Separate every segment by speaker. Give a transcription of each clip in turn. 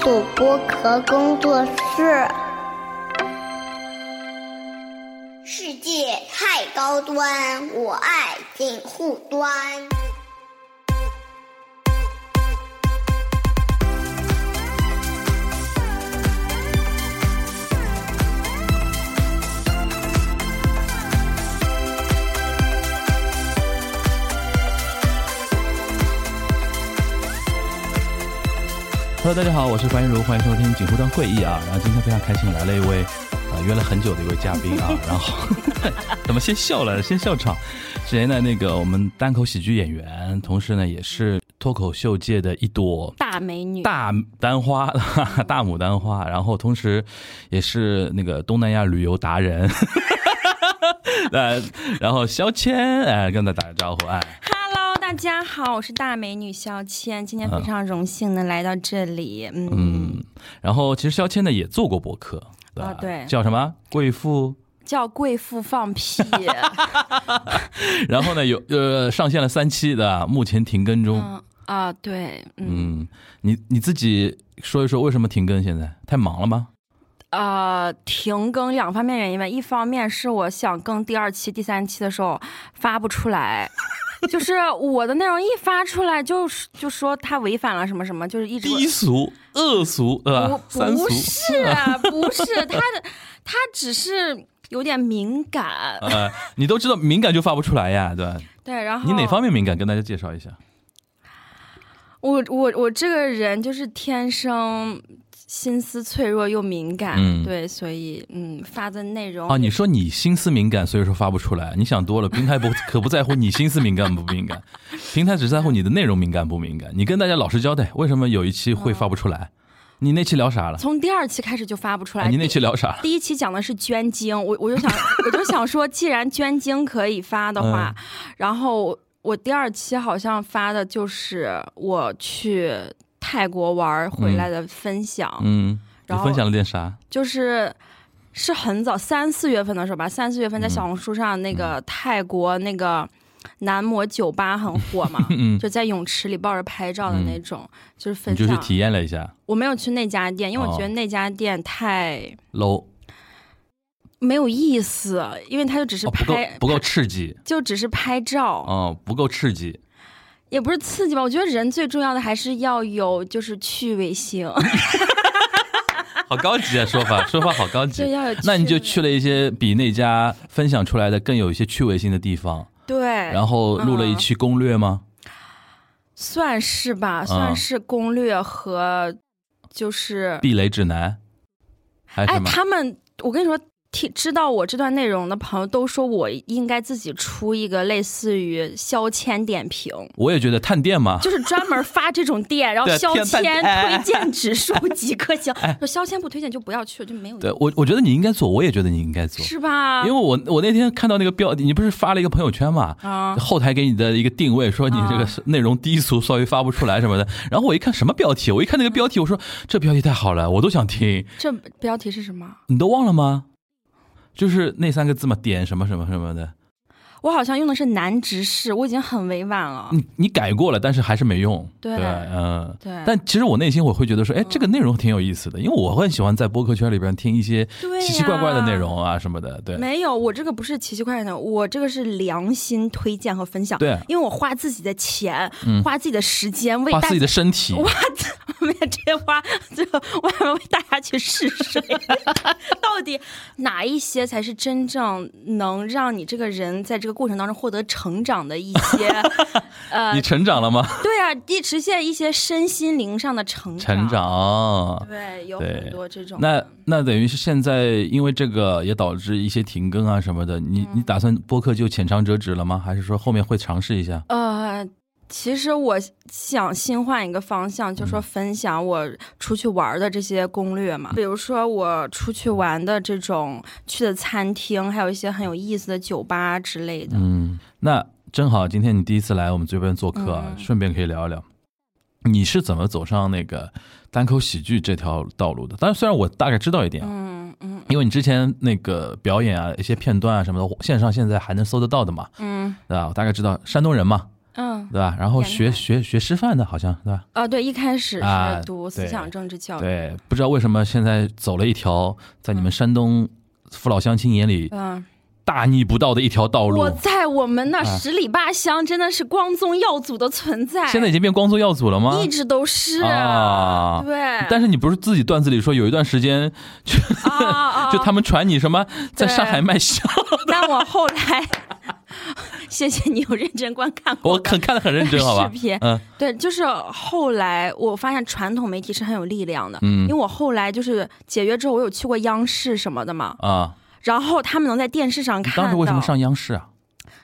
Speaker 1: 土剥壳工作室。世界太高端，我爱锦户端。
Speaker 2: Hello，大家好，我是樊云茹，欢迎收听锦湖端会议啊。然后今天非常开心，来了一位呃约了很久的一位嘉宾 啊。然后怎么先笑了，先笑场？谁呢？那个我们单口喜剧演员，同时呢也是脱口秀界的一朵
Speaker 3: 大美女，
Speaker 2: 大丹花，大牡丹花，然后同时也是那个东南亚旅游达人。 呃，然后肖谦，哎，跟他打个招呼，哎，
Speaker 3: Hello，大家好，我是大美女肖倩，今天非常荣幸能来到这里。嗯，
Speaker 2: 啊嗯，然后其实肖谦呢也做过博客，吧
Speaker 3: 啊对
Speaker 2: 叫什么贵妇，
Speaker 3: 叫贵妇放 屁，
Speaker 2: 然后呢有呃上线了三期的，目前停更中，
Speaker 3: 嗯啊，对，嗯
Speaker 2: 嗯，你你自己说一说为什么停更？现在太忙了吗？
Speaker 3: 呃，停更两方面原因吧，一方面是我想更第二期、第三期的时候发不出 来。就是我的内容一发出来就，是就说他违反了什么什么，就是一直
Speaker 2: 低俗、恶俗，呃
Speaker 3: 不，
Speaker 2: 三俗，
Speaker 3: 不是啊，不是他的，他只是有点敏感，
Speaker 2: 呃，你都知道敏感就发不出来呀，对吧？
Speaker 3: 对，然后
Speaker 2: 你哪方面敏感？跟大家介绍一下。
Speaker 3: 我我我这个人就是天生心思脆弱又敏感，
Speaker 2: 嗯
Speaker 3: 对，所以嗯，发的内容
Speaker 2: 啊，你说你心思敏感，所以说发不出来。你想多了，平台不可不在乎你心思敏感不敏感，平台只在乎你的内容敏感不敏感。你跟大家老实交代，为什么有一期会发不出来？你那期聊啥了？
Speaker 3: 嗯从第二期开始就发不出来。
Speaker 2: 哎你那
Speaker 3: 第
Speaker 2: 期聊啥了？
Speaker 3: 第一期讲的是捐精，我我就 想我就想说，既然捐精可以发的话，
Speaker 2: 嗯
Speaker 3: 然后我第二期好像发的就是我去泰国玩儿回来的分享，
Speaker 2: 嗯，你
Speaker 3: 然后
Speaker 2: 分享了点啥？
Speaker 3: 就是是很早三四月份的时候吧，三四月
Speaker 2: 嗯
Speaker 3: 份在小红书上那个泰国那个男模酒吧很火嘛，
Speaker 2: 嗯，
Speaker 3: 就在泳池里抱着拍照的那种，就是
Speaker 2: 你
Speaker 3: 分
Speaker 2: 就去
Speaker 3: 享。
Speaker 2: 体验了一下
Speaker 3: 我没有去那家店，因为我
Speaker 2: 哦
Speaker 3: 觉得那家店太
Speaker 2: low，
Speaker 3: 没有意思，因为他就只是
Speaker 2: 哦不够
Speaker 3: 拍，
Speaker 2: 不够刺激
Speaker 3: 就只是拍照，
Speaker 2: 哦，不够刺激。
Speaker 3: 也不是刺激吧。我觉得人最重要的还是要有就是趣 味性，
Speaker 2: 好高级啊，说法说法好高
Speaker 3: 就
Speaker 2: 级。
Speaker 3: 要有趣味。
Speaker 2: 那你就去了一些比那家分享出来的更有一些趣味性的地方，
Speaker 3: 对，嗯
Speaker 2: 然后录了一期攻略吗？
Speaker 3: 算是
Speaker 2: 嗯
Speaker 3: 吧，算是攻略和就是
Speaker 2: 避雷指南，还是
Speaker 3: 哎，
Speaker 2: 什么？
Speaker 3: 他们，我跟你说，听知道我这段内容的朋友都说我应该自己出一个类似于削签点评，
Speaker 2: 我也觉得探店嘛，
Speaker 3: 就是专门发这种店，然后
Speaker 2: 对
Speaker 3: 削
Speaker 2: 天
Speaker 3: 签
Speaker 2: 哎
Speaker 3: 推荐指数几颗 星，哎说削签不推荐就不要去，就没有意
Speaker 2: 对
Speaker 3: 义，
Speaker 2: 我我觉得你应该做，我也觉得你应该做，
Speaker 3: 是啊吧
Speaker 2: 哎因为？我我那天看到那个标，你不是发了一个朋友圈嘛？
Speaker 3: 啊，
Speaker 2: 后台给你的一个定位，说你这个内容低俗，稍微发不出来什么的。然后我一看什么标题，我一看那个标题，我说这标题太好了，我都想听。
Speaker 3: 这标题是什么？
Speaker 2: 你都忘了吗？就是那三个字嘛，点什么什么什么的。
Speaker 3: 我好像用的是南直视，我已经很委婉了。
Speaker 2: 你你改过了，但是还是没用。
Speaker 3: 啊对
Speaker 2: 嗯。
Speaker 3: 对，嗯
Speaker 2: 但其实我内心我会觉得说，哎，这个内容挺有意思的，因为我很喜欢在播客圈里边听一些
Speaker 3: 对呀
Speaker 2: 奇奇怪怪的内容啊什么的。对，
Speaker 3: 没有，我这个不是奇奇怪怪的，我这个是良心推荐和分享。
Speaker 2: 对嗯
Speaker 3: 因为我花自己的钱，花自己的时间，为
Speaker 2: 花
Speaker 3: 大
Speaker 2: 自己的身 体。
Speaker 3: 我我们也直接花，最后我还为大家去试水， 到底哪一些才是真正能让你这个人在这个过程当中获得成长的一 些，呃
Speaker 2: 你成长了吗？
Speaker 3: 对啊，一实现一些身心灵上的成长。
Speaker 2: 成长。
Speaker 3: 对，有
Speaker 2: 对
Speaker 3: 很多这种。
Speaker 2: 那那等于是现在因为这个也导致一些停更啊什么的，你
Speaker 3: 嗯
Speaker 2: 你打算播客就浅尝辄止了吗？还是说后面会尝试一下？
Speaker 3: 呃，其实我想新换一个方向，就说
Speaker 2: 嗯
Speaker 3: 分享我出去玩儿的这些攻略嘛，比如说我出去玩的这种去的餐厅，还有一些很有意思的酒吧之类的。
Speaker 2: 嗯，那正好今天你第一次来我们这边做客啊，
Speaker 3: 嗯
Speaker 2: 顺便可以聊一聊，你是怎么走上那个单口喜剧这条道路的？当然，虽然我大概知道一点啊，
Speaker 3: 嗯嗯
Speaker 2: 因为你之前那个表演啊，一些片段啊什么的，线上现在还能搜得到的嘛，
Speaker 3: 嗯
Speaker 2: 对吧？我大概知道山东人嘛，
Speaker 3: 嗯，
Speaker 2: 对吧？然后
Speaker 3: 沿
Speaker 2: 学
Speaker 3: 海
Speaker 2: 学学师范的，好像对吧？
Speaker 3: 啊，对，一开始
Speaker 2: 啊
Speaker 3: 是读思
Speaker 2: 对
Speaker 3: 想政治教育，
Speaker 2: 对，不知道为什么现在走了一条在你们山东父老乡亲眼里
Speaker 3: 嗯，
Speaker 2: 大逆不道的一条道路
Speaker 3: 我，在我们那
Speaker 2: 啊
Speaker 3: 十里八乡真的是光宗耀祖的存在，
Speaker 2: 现在已经变光宗耀祖了吗
Speaker 3: 一？直都是，
Speaker 2: 啊
Speaker 3: 对，
Speaker 2: 但是你不是自己段子里说有一段时间 就、
Speaker 3: 啊啊 啊
Speaker 2: 就他们传你什么在上海卖笑，
Speaker 3: 但我后来，谢谢你有认真观看过
Speaker 2: 我
Speaker 3: 的
Speaker 2: 很看得很认真， 好吧
Speaker 3: 视？频
Speaker 2: 嗯
Speaker 3: 对，就是后来我发现传统媒体是很有力量的，
Speaker 2: 嗯
Speaker 3: 因为我后来就是解约之后，我有去过央视什么的嘛，
Speaker 2: 啊，
Speaker 3: 然后他们能在电视上
Speaker 2: 你
Speaker 3: 看到，
Speaker 2: 当时为什么上央视啊？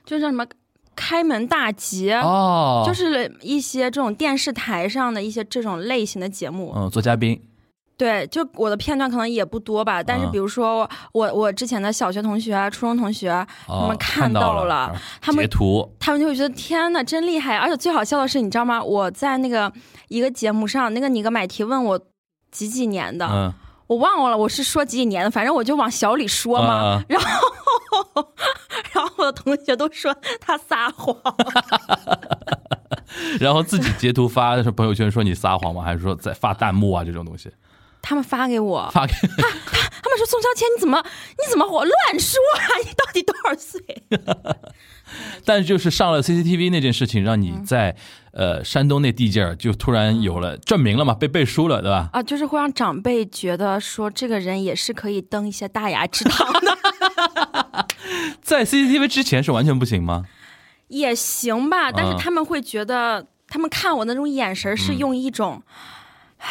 Speaker 3: 就是什么开门大吉。
Speaker 2: 哦，
Speaker 3: 嗯就是一些这种电视台上的一些这种类型的节目，
Speaker 2: 嗯，做嘉宾
Speaker 3: 对，就我的片段可能也不多吧，但是
Speaker 2: 嗯
Speaker 3: 比如说我我之前的小学同学、啊、初中同学，他
Speaker 2: 哦
Speaker 3: 们
Speaker 2: 看
Speaker 3: 到
Speaker 2: 了，
Speaker 3: 了
Speaker 2: 啊
Speaker 3: 他们
Speaker 2: 截图
Speaker 3: 他们就会觉得天呐，真厉害！而且最好笑的是，你知道吗？我在那个一个节目上，那个你个买提问我几几年的，
Speaker 2: 嗯
Speaker 3: 我忘了我是说几几年的，反正我就往小里说嘛。
Speaker 2: 啊
Speaker 3: 然后， 然后我的同学都说他撒谎，
Speaker 2: 然后自己截图发的时候，朋友圈说你撒谎吗？还是说在发弹幕啊这种东西
Speaker 3: 他们发给我，
Speaker 2: 发给？
Speaker 3: 他们说宋小倩你怎么你怎么我乱说啊？你到底多少岁？
Speaker 2: 但就是上了 CCTV 那件事情，让你
Speaker 3: 嗯
Speaker 2: 在呃山东那地界儿就突然有了证明了嘛，被背书了，对吧？
Speaker 3: 啊，就是会让长辈觉得说这个人也是可以登一些大雅之堂的，
Speaker 2: 在 CCTV 之前是完全不行吗？
Speaker 3: 也行吧。但是
Speaker 2: 嗯
Speaker 3: 他们会觉得，他们看我那种眼神儿是用一种，唉，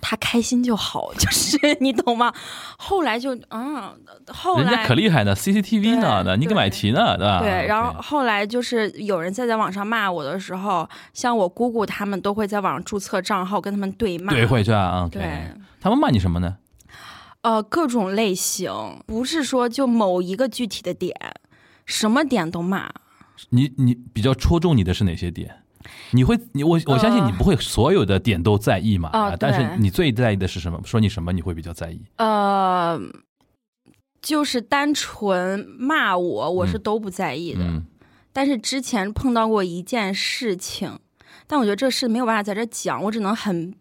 Speaker 3: 他开心就好，就是你懂吗？后来就嗯，后
Speaker 2: 人家
Speaker 3: 来
Speaker 2: 可厉害呢，CCTV 呢，
Speaker 3: 对
Speaker 2: 呢，尼格
Speaker 3: 对
Speaker 2: 买提呢，对吧？
Speaker 3: 对，然后
Speaker 2: OK
Speaker 3: 后来就是有人在在网上骂我的时候，像我姑姑他们都会在网上注册账号跟他们对骂，
Speaker 2: 对会去啊，OK，
Speaker 3: 对
Speaker 2: 他们骂你什么呢？
Speaker 3: 呃，各种类型，不是说就某一个具体的点，什么点都骂。
Speaker 2: 你你比较戳中你的是哪些点？你会你我我相信你不会所有的点都在意嘛，
Speaker 3: 呃哦
Speaker 2: 啊但是
Speaker 3: 对
Speaker 2: 你最在意的是什么？说你什么你会比较在意？
Speaker 3: 呃，就是单纯骂我，我是都不在意的。
Speaker 2: 嗯，
Speaker 3: 但是之前碰到过一件事情，但我觉得这事没有办法在这讲，我只能很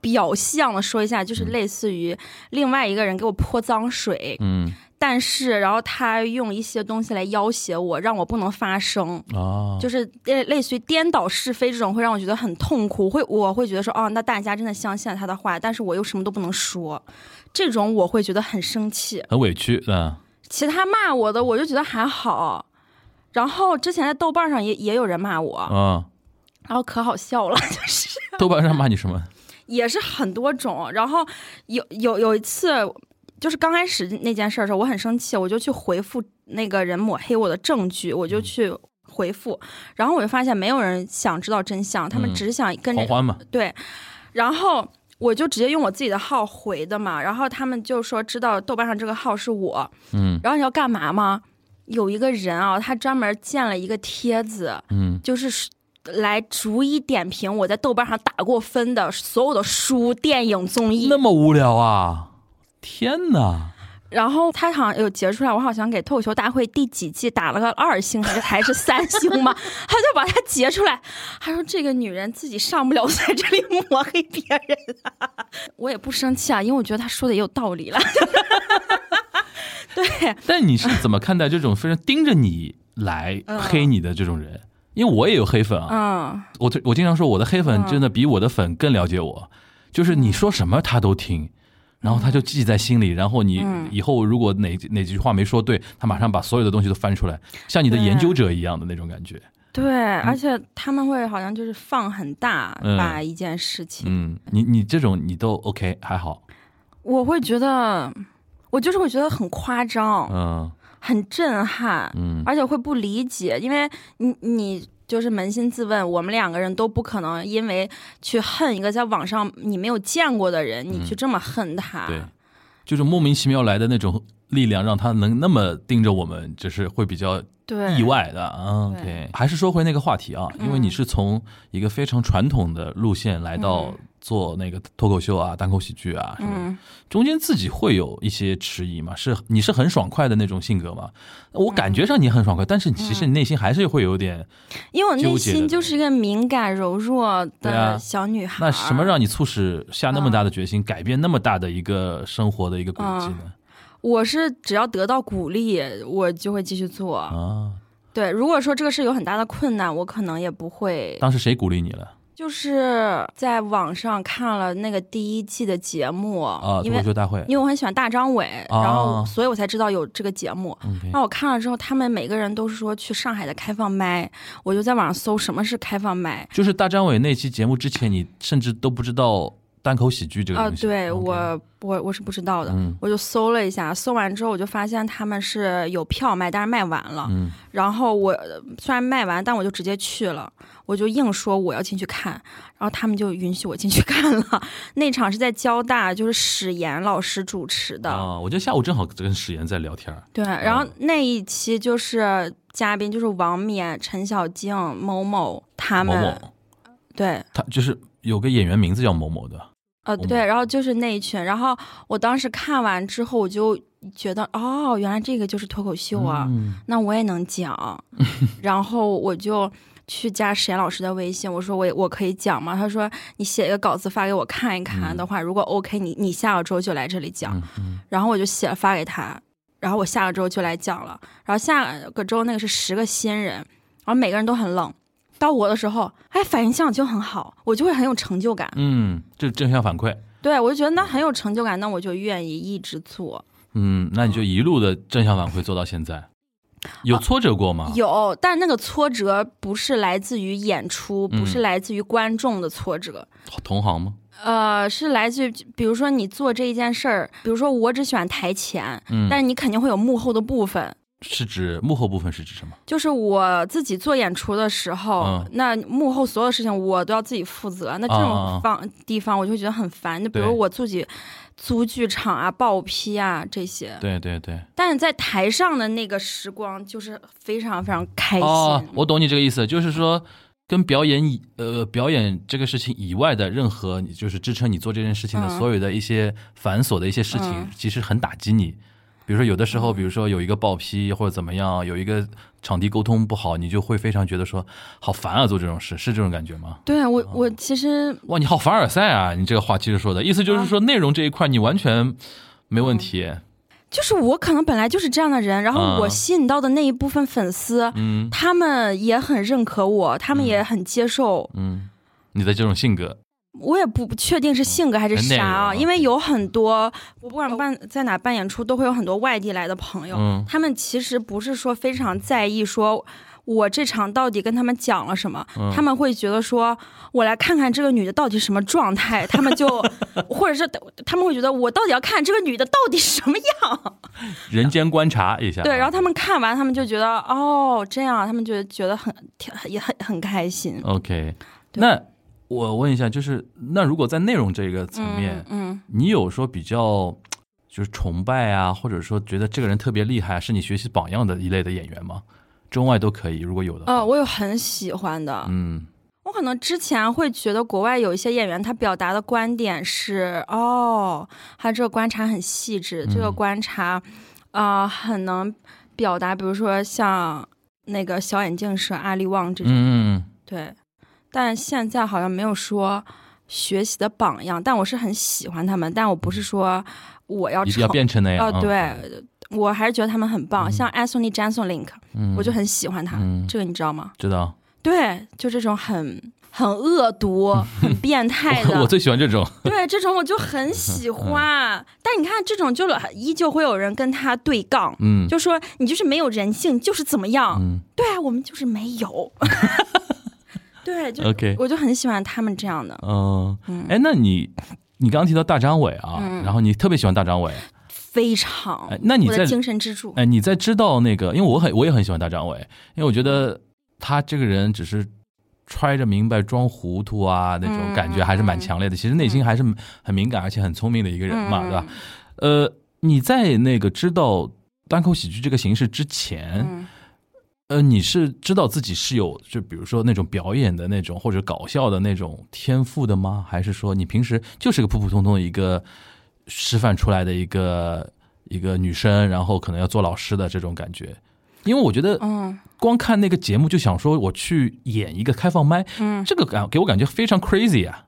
Speaker 3: 表象的说一下，就是类似于另外一个人给我泼脏水，
Speaker 2: 嗯
Speaker 3: 但是然后他用一些东西来要挟我，让我不能发声。
Speaker 2: 哦，
Speaker 3: 就是类类似于颠倒是非这种，会让我觉得很痛苦，会我会觉得说，哦，那大家真的相信了他的话，但是我又什么都不能说，这种我会觉得很生气。
Speaker 2: 很委屈，嗯
Speaker 3: 其他骂我的，我就觉得还好。然后之前在豆瓣上也也有人骂我，
Speaker 2: 嗯，
Speaker 3: 然后可好笑了， 就是
Speaker 2: 豆瓣上骂你什 么？
Speaker 3: 也是很多种。然后有有有一次，就是刚开始那件事儿的时候，我很生气，我就去回复那个人抹黑我的证据，我就
Speaker 2: 嗯
Speaker 3: 去回复，然后我就发现没有人想知道真相，他们
Speaker 2: 嗯
Speaker 3: 只想跟着、
Speaker 2: 黄欢嘛，
Speaker 3: 对，然后。我就直接用我自己的号回的嘛，然后他们就说知道豆瓣上这个号是我，
Speaker 2: 嗯
Speaker 3: 然后你要干嘛吗？有一个人啊，他专门建了一个帖子，
Speaker 2: 嗯，
Speaker 3: 就是来逐一点评我在豆瓣上打过分的所有的书、电影、综艺
Speaker 2: 那。么无聊啊！天哪，
Speaker 3: 然后他好像有截出来，我好像给《脱口秀大会》第几季打了个二星还是还是三 星嘛，他就把它截出来，他说这个女人自己上不了，在这里抹黑别人、啊我也不生气啊，因为我觉得他说的也有道理了。 对，
Speaker 2: 但你是怎么看待这种非常盯着你来黑你的这种人？因为我也有黑粉啊，
Speaker 3: 嗯，
Speaker 2: 我我经常说我的黑粉真的比我的粉更了解我，就是
Speaker 3: 嗯
Speaker 2: 你说什么他都听。然后他就记在心里，然后你
Speaker 3: 嗯
Speaker 2: 以后如果哪哪几句话没说对，他马上把所有的东西都翻出来，像你的
Speaker 3: 对
Speaker 2: 研究者一样的那种感觉。
Speaker 3: 对，而且他们会好像就是放很大，
Speaker 2: 嗯
Speaker 3: 把一件事情。
Speaker 2: 嗯，你你这种你都 OK 还好，
Speaker 3: 我会觉得，我就是会觉得很夸张，
Speaker 2: 嗯
Speaker 3: 很震撼，
Speaker 2: 嗯
Speaker 3: 而且会不理解，因为你你。就是扪心自问，我们两个人都不可能因为去恨一个在网上你没有见过的人，你去这么恨他。
Speaker 2: 对，就是莫名其妙来的那种力量，让他能那么盯着我们，就是会比较
Speaker 3: 对
Speaker 2: 意外的啊。
Speaker 3: 对嗯
Speaker 2: OK，还是说回那个话题啊，因为你是从一个非常传统的路线来
Speaker 3: 嗯
Speaker 2: 到做那个脱口秀啊、单口喜剧啊什么的，中间自己会有一些迟疑吗？是你是很爽快的那种性格吗？我感
Speaker 3: 嗯
Speaker 2: 觉上你很爽快，但是其实你内心还是会有点。
Speaker 3: 因为我内
Speaker 2: 纠结的
Speaker 3: 心就是一个敏感柔弱
Speaker 2: 对啊
Speaker 3: 的小女孩。
Speaker 2: 那什么让你促使下那么
Speaker 3: 嗯
Speaker 2: 大的决心，改变那么大的一个生活的一个轨迹呢？
Speaker 3: 我是只要得到鼓励，我就会继续做。
Speaker 2: 啊，
Speaker 3: 对，如果说这个事有很大的困难，我可能也不会。
Speaker 2: 当时谁鼓励你了？
Speaker 3: 就是在网上看了那个第一季的节目，
Speaker 2: 啊，脱
Speaker 3: 因
Speaker 2: 口
Speaker 3: 为
Speaker 2: 秀大会。
Speaker 3: 因为我很喜欢大张伟，
Speaker 2: 啊
Speaker 3: 然后所以我才知道有这个节目。
Speaker 2: OK，
Speaker 3: 那我看了之后，他们每个人都是说去上海的开放麦，我就在网上搜什么是开放麦。
Speaker 2: 就是大张伟那期节目之前，你甚至都不知道单口喜剧这个
Speaker 3: 啊，
Speaker 2: 东西。
Speaker 3: 对
Speaker 2: OK
Speaker 3: 我我我是不知道的，
Speaker 2: 嗯
Speaker 3: 我就搜了一下，搜完之后我就发现他们是有票卖，但是卖完了。
Speaker 2: 嗯
Speaker 3: 然后我呃虽然卖完，但我就直接去了，我就硬说我要进去看，然后他们就允许我进去看了。 那场是在交大，就是史岩老师主持的，
Speaker 2: 啊，我觉得下午正好跟史岩在聊天儿
Speaker 3: 对。然后那一期就是嘉宾就是王冕、陈小静、某某他
Speaker 2: 某
Speaker 3: 们，
Speaker 2: 某，
Speaker 3: 对。
Speaker 2: 他就是有个演员名字叫某某 的，
Speaker 3: 呃，
Speaker 2: 某某
Speaker 3: 对，然后就是那一群，然后我当时看完之后，我就觉得，哦，原来这个就是脱口秀啊，
Speaker 2: 嗯
Speaker 3: 那我也能 讲。然后我就去加沈老师的微信，我说我也我可以讲吗？他说你写一个稿子发给我看一看的话，如果 OK，你你下了周就来这里讲。
Speaker 2: 嗯嗯
Speaker 3: 然后我就写了发给他，然后我下个周就来讲了。然后下个周那个是十个新人，然后每个人都很冷。到我的时候，哎，反应像就很好，我就会很有成就感。
Speaker 2: 嗯，这正向反馈，
Speaker 3: 对我就觉得那很有成就感，那我就愿意一直做。
Speaker 2: 嗯，那你就一路的正向反馈做到现在，
Speaker 3: 啊
Speaker 2: 有挫折过吗？
Speaker 3: 有，但那个挫折不是来自于演出，
Speaker 2: 嗯
Speaker 3: 不是来自于观众的挫折，
Speaker 2: 同行吗？
Speaker 3: 呃，是来自于比如说你做这一件事儿，比如说我只喜欢台前，
Speaker 2: 嗯，
Speaker 3: 但你肯定会有幕后的部分。
Speaker 2: 是指幕后部分是指什么？
Speaker 3: 就是我自己做演出的时候，
Speaker 2: 嗯
Speaker 3: 那幕后所有事情我都要自己负责。那这
Speaker 2: 啊啊啊
Speaker 3: 种方、地方我就会觉得很烦。就比
Speaker 2: 对
Speaker 3: 如我自己租剧场啊、报批啊这些，
Speaker 2: 对对对，
Speaker 3: 但是在台上的那个时光就是非常非常开心。
Speaker 2: 哦，我懂你这个意思，就是说。跟表演以呃表演这个事情以外的任何，你就是支撑你做这件事情的
Speaker 3: 嗯
Speaker 2: 所有的一些繁琐的一些事情，
Speaker 3: 嗯
Speaker 2: 其实很打击你。比如说有的时候，比如说有一个报批或者怎么样，有一个场地沟通不好，你就会非常觉得说好烦啊，做这种事是这种感觉吗？
Speaker 3: 对我，我其实
Speaker 2: 哇，你好凡尔赛啊！你这个话其实说的意思就是说内容这一块你完全没问题，
Speaker 3: 就是我可能本来就是这样的人，然
Speaker 2: 啊
Speaker 3: 后我吸引到的那一部分粉丝，
Speaker 2: 嗯
Speaker 3: 他们也很认可我，他们也很接受。
Speaker 2: 嗯，你的这种性格，
Speaker 3: 我也不不确定
Speaker 2: 嗯
Speaker 3: 是性格还是
Speaker 2: 内
Speaker 3: 啥
Speaker 2: 容啊
Speaker 3: 啊，因为有很多我不管办在哪办演出，都会有很多外地来的朋友，
Speaker 2: 嗯
Speaker 3: 他们其实不是说非常在意说。我这场到底跟他们讲了什么？
Speaker 2: 嗯
Speaker 3: 他们会觉得说，我来看看这个女的到底什么状态，他们就，或者是他们会觉得我到底要看这个女的到底什么样？
Speaker 2: 人间观察一下啊，
Speaker 3: 对，然后他们看完，他们就觉得哦，这样，他们觉得觉得很挺也很很开心。
Speaker 2: OK，
Speaker 3: 对
Speaker 2: 那我问一下，就是那如果在内容这个层面，
Speaker 3: 嗯，
Speaker 2: 你有说比较就是崇拜啊，或者说觉得这个人特别厉害，是你学习榜样的一类的演员吗？中外都可以，如果有的话。
Speaker 3: 呃，我有很喜欢的，
Speaker 2: 嗯
Speaker 3: 我可能之前会觉得国外有一些演员，他表达的观点是哦，他这个观察很细致，这个
Speaker 2: 嗯
Speaker 3: 观察啊、呃很能表达，比如说像那个小眼镜蛇阿利旺这
Speaker 2: 嗯
Speaker 3: 种，
Speaker 2: 嗯
Speaker 3: 对。但现在好像没有说学习的榜样，但我是很喜欢他们，但我不是说我要
Speaker 2: 嗯，一定要
Speaker 3: 成
Speaker 2: 变成那样。
Speaker 3: 哦，
Speaker 2: 嗯，
Speaker 3: 对。我还是觉得他们很棒，像 Anthony j a n s o n Link，、
Speaker 2: 嗯
Speaker 3: 我就很喜欢他，
Speaker 2: 嗯
Speaker 3: 这个你知道吗？
Speaker 2: 知道。
Speaker 3: 对，就这种很很恶毒、很 变态
Speaker 2: 嗯我
Speaker 3: 的
Speaker 2: 我，最喜嗯欢这种，
Speaker 3: 对这种我就很喜欢。但你看，这种就依旧会有人跟他对杠，
Speaker 2: 嗯
Speaker 3: 就说你就是没有人性，就是怎么样。
Speaker 2: 嗯
Speaker 3: 对啊，我们就是没 有。对，就
Speaker 2: ，OK，
Speaker 3: 我就很喜欢他们这样的，
Speaker 2: 嗯，哎，那你你刚刚提到大张伟啊，
Speaker 3: 嗯
Speaker 2: 然后你特别喜欢大张伟，
Speaker 3: 非常
Speaker 2: 哎，那你
Speaker 3: 我
Speaker 2: 在
Speaker 3: 的精神支柱。
Speaker 2: 哎，你在知道那个，因为我很我也很喜欢大张伟，因为我觉得他这个人只是揣着明白装糊涂啊，那种感觉还是蛮强烈的。其实内心还是很敏感而且很聪明的一个人
Speaker 3: 嗯
Speaker 2: 嘛，对吧？
Speaker 3: 嗯
Speaker 2: 呃，你在那个知道单口喜剧这个形式之前，呃，你是知道自己是有就比如说那种表演的那种或者搞笑的那种天赋的吗？还是说你平时就是个普普通通的一个师范出来的一个一个女生，然后可能要做老师的这种感觉？因为我觉得，
Speaker 3: 嗯，
Speaker 2: 光看那个节目就想说我去演一个开放麦，嗯，这个感给我感觉非常 crazy 啊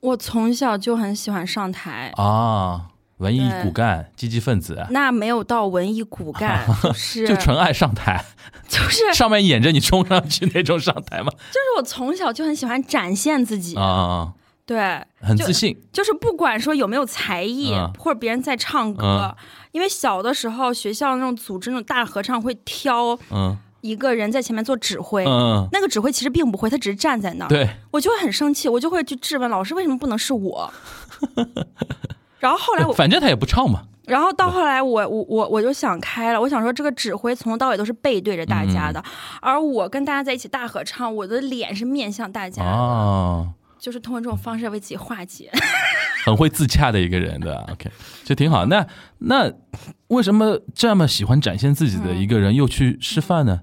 Speaker 3: 我从小就很喜欢上台，
Speaker 2: 啊，文艺
Speaker 3: 对
Speaker 2: 骨干、积极分子，啊
Speaker 3: 那没有到文艺 骨干，就是
Speaker 2: 就纯爱上台，
Speaker 3: 就是
Speaker 2: 上面演着你冲上去那种上台嘛，
Speaker 3: 就是我从小就很喜欢展现自己，
Speaker 2: 啊啊，
Speaker 3: 对，
Speaker 2: 啊很
Speaker 3: 就
Speaker 2: 自信，
Speaker 3: 就是不管说有没有才艺，
Speaker 2: 嗯
Speaker 3: 或者别人在唱歌，因为小的时候学校那种组织那种大合唱会挑
Speaker 2: 嗯
Speaker 3: 一个人在前面做指挥，
Speaker 2: 嗯嗯，
Speaker 3: 那个指挥其实并不会，他只是站在那儿，
Speaker 2: 对，
Speaker 3: 我就会很生气，我就会去质问老师为什么不能 是我。然后后来我，
Speaker 2: 反正他也不唱嘛，
Speaker 3: 然后到后来我我我我就想开了，我想说这个指挥从头到尾都是背对着大
Speaker 2: 嗯
Speaker 3: 家的，而我跟大家在一起大合唱，我的脸是面向大家的，
Speaker 2: 啊，
Speaker 3: 就是通过这种方式为自己化解。
Speaker 2: 很会自洽的一个人的，OK，就挺好。那那为什么这么喜欢展现自己的一个人又去师范呢？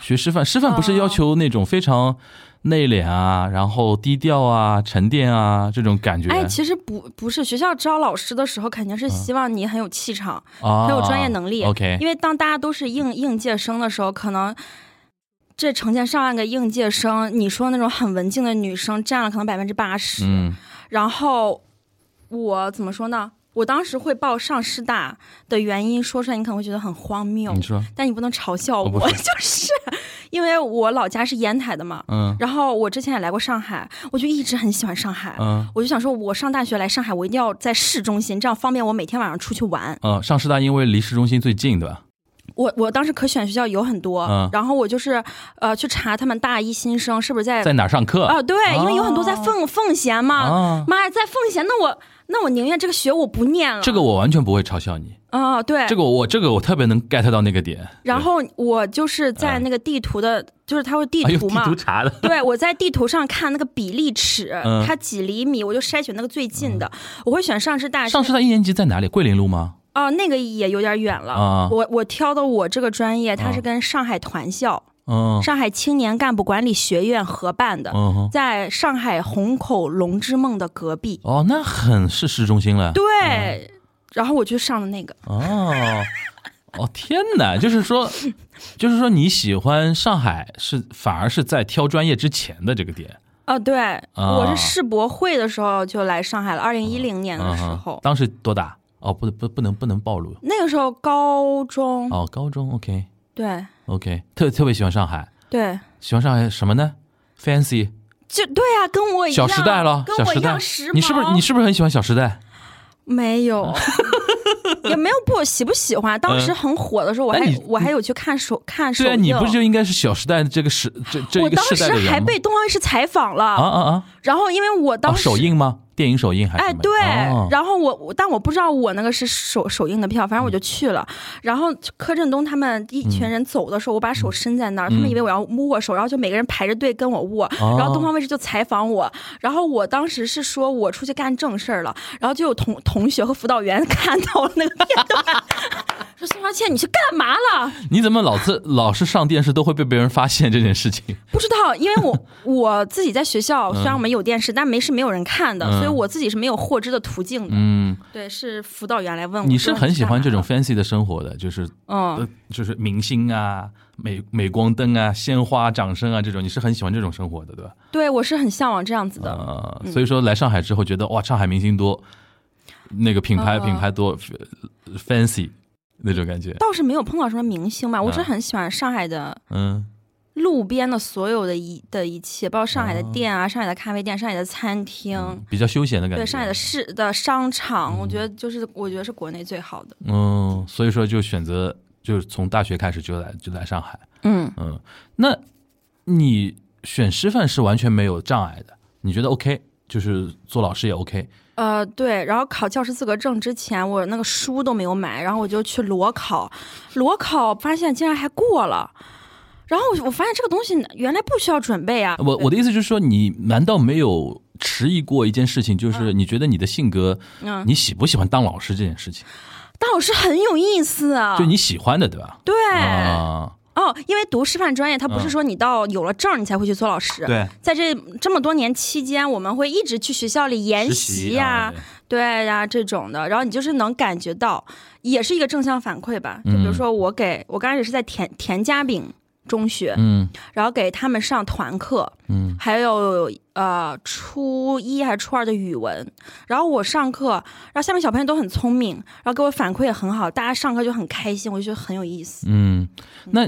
Speaker 2: 学师范，师范不是要求那种非常内敛啊，然后低调啊、沉淀啊这种感觉？
Speaker 3: 哎，其实不不是，学校招老师的时候肯定是希望你很有气场，
Speaker 2: 啊，
Speaker 3: 很有专业能力。
Speaker 2: 嗯 OK，
Speaker 3: 因为当大家都是应应届生的时候，可能这成千上万个应届生，你说那种很文静的女生占了可能百分之八十。
Speaker 2: 嗯
Speaker 3: 然后我怎么说呢？我当时会报上师大的原因，说出来你可能会觉得很荒谬，
Speaker 2: 你说，
Speaker 3: 但你不能嘲笑
Speaker 2: 我
Speaker 3: 我，
Speaker 2: 不
Speaker 3: 就是因为我老家是烟台的嘛。
Speaker 2: 嗯
Speaker 3: 然后我之前也来过上海，我就一直很喜欢上海。
Speaker 2: 嗯
Speaker 3: 我就想说，我上大学来上海，我一定要在市中心，这样方便我每天晚上出去玩。
Speaker 2: 嗯，上师大因为离市中心最近，对吧？
Speaker 3: 我我当时可选学校有很多，
Speaker 2: 嗯
Speaker 3: 然后我就是呃去查他们大一新生是不是在
Speaker 2: 在哪上课
Speaker 3: 啊？对，因为有很多在
Speaker 2: 哦
Speaker 3: 奉奉贤嘛。
Speaker 2: 啊？
Speaker 3: 妈呀，在奉贤，那我那我宁愿这个学我不念了。
Speaker 2: 这个我完全不会嘲笑你，
Speaker 3: 啊、对，
Speaker 2: 这个我这个我特别能 get 到那个点。
Speaker 3: 然后我就是在
Speaker 2: 嗯
Speaker 3: 那个地图的，就是它会地
Speaker 2: 对哎呦，
Speaker 3: 图
Speaker 2: 地
Speaker 3: 嘛，
Speaker 2: 图查的，
Speaker 3: 对，我在地图上看那个比例尺，
Speaker 2: 嗯
Speaker 3: 它几厘米，我就筛选那个最近的。我会选上师大，
Speaker 2: 上师大一年级在哪里？桂林路吗？
Speaker 3: 哦，那个也有点远了。
Speaker 2: 啊
Speaker 3: 我我挑的我这个专业，它
Speaker 2: 啊
Speaker 3: 是跟上海团校、
Speaker 2: 嗯
Speaker 3: 上海青年干部管理学院合办的，
Speaker 2: 嗯哼，
Speaker 3: 在上海虹口龙之梦的隔壁。
Speaker 2: 哦，那很是市中心了。
Speaker 3: 对，
Speaker 2: 嗯
Speaker 3: 然后我就上了那个。
Speaker 2: 哦，哦天哪！就是 说，就是说你喜欢上海是反而是在挑专业之前的这个点。
Speaker 3: 哦，对，
Speaker 2: 啊
Speaker 3: 我是世博会的时候就来上海了，二零一零年的
Speaker 2: 嗯
Speaker 3: 时
Speaker 2: 哼
Speaker 3: 候，
Speaker 2: 当时多大？哦，不不不能不能暴露。
Speaker 3: 那个时候高中，
Speaker 2: 哦，高中 OK
Speaker 3: 对
Speaker 2: OK，特特别喜欢上海，
Speaker 3: 对。
Speaker 2: 喜欢上海什么呢？Fancy
Speaker 3: 就对呀、跟我一
Speaker 2: 小
Speaker 3: 样，
Speaker 2: 时代了，
Speaker 3: 跟
Speaker 2: 小
Speaker 3: 我
Speaker 2: 时
Speaker 3: 一
Speaker 2: 代
Speaker 3: 样时髦。，
Speaker 2: 你是不是你是不是很喜欢小时代？
Speaker 3: 没有，
Speaker 2: 哦
Speaker 3: 也没有不喜不喜欢。当时很火的时候，我还
Speaker 2: 嗯那你
Speaker 3: 我还有去看首看首
Speaker 2: 对啊，
Speaker 3: 映。
Speaker 2: 你不就应该是小时代的这个时这这
Speaker 3: 我
Speaker 2: 一个
Speaker 3: 当
Speaker 2: 时
Speaker 3: 时
Speaker 2: 代的人吗？
Speaker 3: 还被东方卫视采访了，
Speaker 2: 啊啊啊！
Speaker 3: 然后因为我
Speaker 2: 哦，
Speaker 3: 当时、
Speaker 2: 首映吗？电影首映还是
Speaker 3: 哎
Speaker 2: 什么？
Speaker 3: 对，
Speaker 2: 哦
Speaker 3: 然后我我但我不知道我那个是首首映的票，反正我
Speaker 2: 嗯
Speaker 3: 就去了。然后柯震东他们一群人走的时候，我把
Speaker 2: 嗯
Speaker 3: 手伸在那儿，他们以为我要握手，然后就每个人排着队跟我握。
Speaker 2: 哦
Speaker 3: 然后东方卫视就采访我，然后我当时是说我出去干正事儿了，然后就有同同学和辅导员 看到了那个片段， 说宋小倩你去干嘛了？
Speaker 2: 你怎么老是老是上电视都会被别人发现这件事情？
Speaker 3: 不知道，因为我我自己在学校，虽然我们有电视，但没是没有人看的，
Speaker 2: 嗯
Speaker 3: 所以我自己是没有获知的途径的。
Speaker 2: 嗯，
Speaker 3: 对，是辅导员来哎问我，
Speaker 2: 你是很喜欢这种
Speaker 3: 说
Speaker 2: fancy 的生活的，就是
Speaker 3: 你干嘛
Speaker 2: 呃
Speaker 3: 了，
Speaker 2: 就是明星啊、镁镁光灯啊、鲜花、掌声啊这种，你是很喜欢这种生活的，对吧？
Speaker 3: 嗯，对我是很向往这样子的。嗯
Speaker 2: 呃，所以说来上海之后觉得哇，上海明星多，那个品牌
Speaker 3: 嗯
Speaker 2: 品牌多呃，fancy 那种感觉，
Speaker 3: 倒是没有碰到什么明星吧，我只是
Speaker 2: 嗯
Speaker 3: 很喜欢上海的
Speaker 2: 嗯
Speaker 3: 路边的所有的一的一切，包括上海的店啊、上海的咖啡店、上海的餐厅，
Speaker 2: 哦嗯，比较休闲的感觉。
Speaker 3: 对上海的市的商场，我觉得就是我觉得是国内最好的。
Speaker 2: 嗯，所以说就选择就是从大学开始就来就来上海。
Speaker 3: 嗯，
Speaker 2: 嗯，那你选师范是完全没有障碍的，你觉得 OK，就是做老师也 OK
Speaker 3: 呃，对，然后考教师资格证之前，我那个书都没有买，然后我就去裸考，裸考发现竟然还过了，然后我我发现这个东西原来不需要准备啊，
Speaker 2: 我。我的意思就是说，你难道没有迟疑过一件事情，就是你觉得你的性格，
Speaker 3: 嗯，
Speaker 2: 你喜不喜欢当老师这件事情，
Speaker 3: 当老师很有意思啊，
Speaker 2: 就你喜欢的对吧？
Speaker 3: 对，
Speaker 2: 啊，
Speaker 3: 哦，因为读师范专业，它不是
Speaker 2: 嗯
Speaker 3: 说你到有了证儿你才会去做老师。
Speaker 2: 对，
Speaker 3: 在这这么多年期间，我们会一直去学校里研
Speaker 2: 实
Speaker 3: 哎习
Speaker 2: 习
Speaker 3: 呀、
Speaker 2: 啊，
Speaker 3: 对呀、这种的，然后你就是能感觉到，也是一个正向反馈吧。就比如
Speaker 2: 嗯
Speaker 3: 说我给我刚开始是在田田家炳中学，
Speaker 2: 嗯
Speaker 3: 然后给他们上团课，
Speaker 2: 嗯，
Speaker 3: 还有呃初一还是初二的语文，然后我上课，然后下面小朋友都很聪明，然后给我反馈也很好，大家上课就很开心，我就觉得很有意思。
Speaker 2: 嗯，那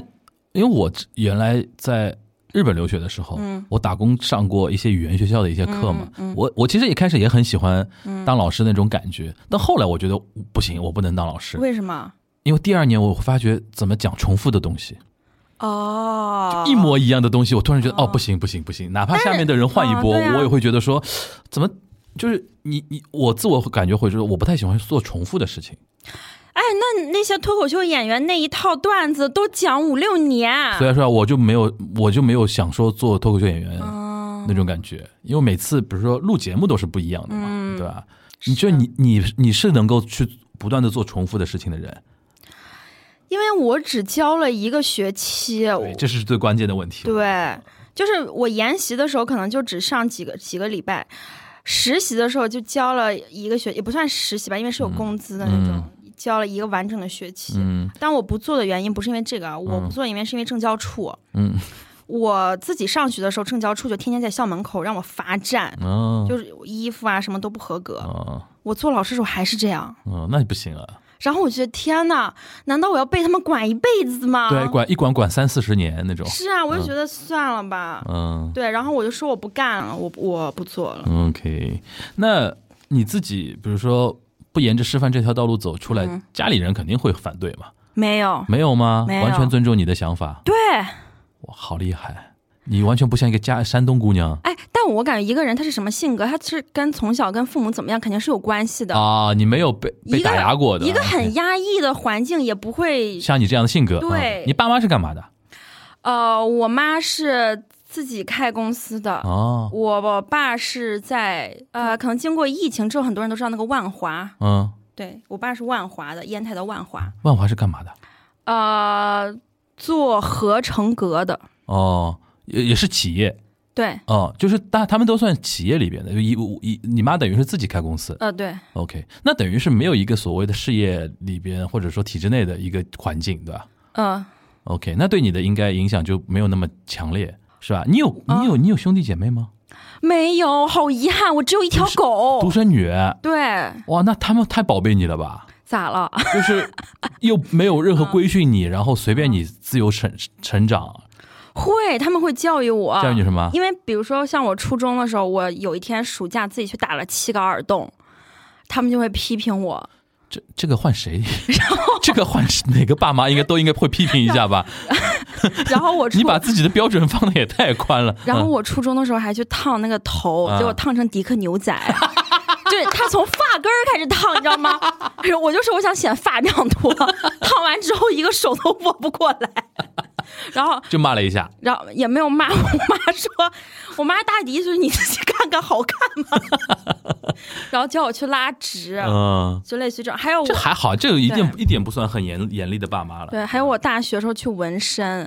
Speaker 2: 因为我之原来在日本留学的时候，
Speaker 3: 嗯
Speaker 2: 我打工上过一些语言学校的一些课嘛，我我其实一开始也很喜欢嗯当老师那种感觉，但后来我觉得不行，我不能当老师，
Speaker 3: 为什么？
Speaker 2: 因为第二年我发觉怎么讲重复的东西，
Speaker 3: 哦，
Speaker 2: 一模一样的东西，我突然觉得哦，不行不行不行，哪怕下面的人换一波，
Speaker 3: 哦对啊
Speaker 2: 我也会觉得说怎么。就是你你我自我感觉会就是我不太喜欢做重复的事情，
Speaker 3: 哎，那那些脱口秀演员那一套段子都讲五六年，
Speaker 2: 所以说我就没有我就没有想说做脱口秀演员，
Speaker 3: 嗯，
Speaker 2: 那种感觉，因为每次比如说录节目都是不一样的嘛，
Speaker 3: 嗯
Speaker 2: 对吧？你就你你
Speaker 3: 啊
Speaker 2: 你是能够去不断的做重复的事情的人，
Speaker 3: 因为我只教了一个学期，我
Speaker 2: 对，这是最关键的问题。
Speaker 3: 对，就是我研习的时候可能就只上几个几个礼拜，实习的时候就教了一个学，也不算实习吧，因为是有工资的那种，教了一个完整的学期。
Speaker 2: 嗯
Speaker 3: 但我不做的原因不是因为这个啊，我不做的原因是因为政教处。
Speaker 2: 嗯
Speaker 3: 我自己上学的时候，政教处就天天在校门口让我罚站，
Speaker 2: 哦
Speaker 3: 就是衣服啊什么都不合格。
Speaker 2: 哦
Speaker 3: 我做老师的时候还是这样，
Speaker 2: 哦，那你不行啊！
Speaker 3: 然后我觉得天呐，难道我要被他们管一辈子吗？
Speaker 2: 对，管一嗯管管三四十年那种。
Speaker 3: 啊是啊，我就觉得算了吧。
Speaker 2: 嗯
Speaker 3: 对，然后我就说我不干了，我我不做了。
Speaker 2: ，OK，那你自己比如说不沿着师范这条道路走出来，家里人肯定会反对嘛？
Speaker 3: 没有，
Speaker 2: 没有吗？
Speaker 3: 嗯没有
Speaker 2: 完全尊重你的想法，
Speaker 3: 对，
Speaker 2: 哇，好厉害！你完全不像一个家山东姑娘
Speaker 3: 哎，但我感觉一个人他是什么性格，他是跟从小跟父母怎么样肯定是有关系的。
Speaker 2: 啊，你没有被被
Speaker 3: 一个
Speaker 2: 打压过的，
Speaker 3: 一个
Speaker 2: OK
Speaker 3: 很压抑的环境也不会，
Speaker 2: 像你这样的性格。
Speaker 3: 对
Speaker 2: 嗯你爸妈是干嘛的？
Speaker 3: 呃，我妈是自己开公司的。
Speaker 2: 哦，
Speaker 3: 我我爸是在呃，可能经过疫情之后，很多人都知道那个万华，
Speaker 2: 嗯，
Speaker 3: 对我爸是万华的，烟台的万华，
Speaker 2: 万华是干嘛的？
Speaker 3: 呃，做合成革的，
Speaker 2: 哦，也也是企业，
Speaker 3: 对，
Speaker 2: 哦，就是大他们都算企业里边的，就一一你妈等于是自己开公司
Speaker 3: 呃，对，
Speaker 2: ，OK，那等于是没有一个所谓的事业里边或者说体制内的一个环境，对吧
Speaker 3: 嗯、
Speaker 2: ？OK，那对你的应该影响就没有那么强烈，是吧？你有你有你有兄弟姐妹吗？
Speaker 3: 没有，好遗憾，我只有一条
Speaker 2: 独
Speaker 3: 狗。
Speaker 2: 生女，
Speaker 3: 对，
Speaker 2: 哇，那他们太宝贝你了吧？
Speaker 3: 咋了？
Speaker 2: 就是又没有任何规训你，然后随便你自由成成长，
Speaker 3: 会，他们会教育我。
Speaker 2: 教育你什么？
Speaker 3: 因为比如说像我初中的时候，我有一天暑假自己去打了七个耳洞，他们就会批评我。
Speaker 2: 这这个换谁？ 这个换谁哪个爸妈应该都应该会批评一下吧？
Speaker 3: 然后我 初
Speaker 2: 你把自己的标准放的也太宽了。
Speaker 3: 然后
Speaker 2: 嗯
Speaker 3: 我初中的时候还去烫那个头，
Speaker 2: 啊
Speaker 3: 结果烫成迪克牛仔。 对他从发根儿开始烫，你知道吗？然后我就说我想显发量多，烫完之后一个手都握不过来。 然后
Speaker 2: 就骂了一下，
Speaker 3: 然后也没有骂我妈说，我妈大抵就是你自己看看好看 吗？然后叫我去拉直，
Speaker 2: 嗯，
Speaker 3: 就类似于这种。还有我
Speaker 2: 这还好，这一定
Speaker 3: 对
Speaker 2: 一点不算很严严厉的爸妈了。
Speaker 3: 对，还有我大学时候去纹身，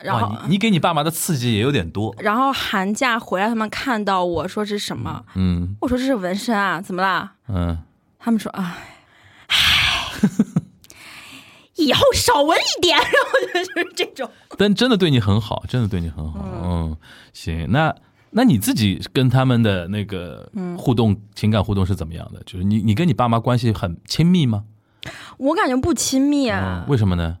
Speaker 3: 然后
Speaker 2: 哇，你你给你爸妈的刺激也有点多。
Speaker 3: 然后寒假回来，他们看到我说这是什么，
Speaker 2: 嗯
Speaker 3: 我说这是纹身啊，怎么啦？
Speaker 2: 嗯，
Speaker 3: 他们说哎，唉 以后少纹一点。然后就就是这种，
Speaker 2: 但真的对你很好，真的对你很好。嗯，行，那那你自己跟他们的那个
Speaker 3: 嗯
Speaker 2: 互动、情感互动是怎么样的？就是你你跟你爸妈关系很亲密吗？
Speaker 3: 我感觉不亲密啊。
Speaker 2: 嗯为什么呢？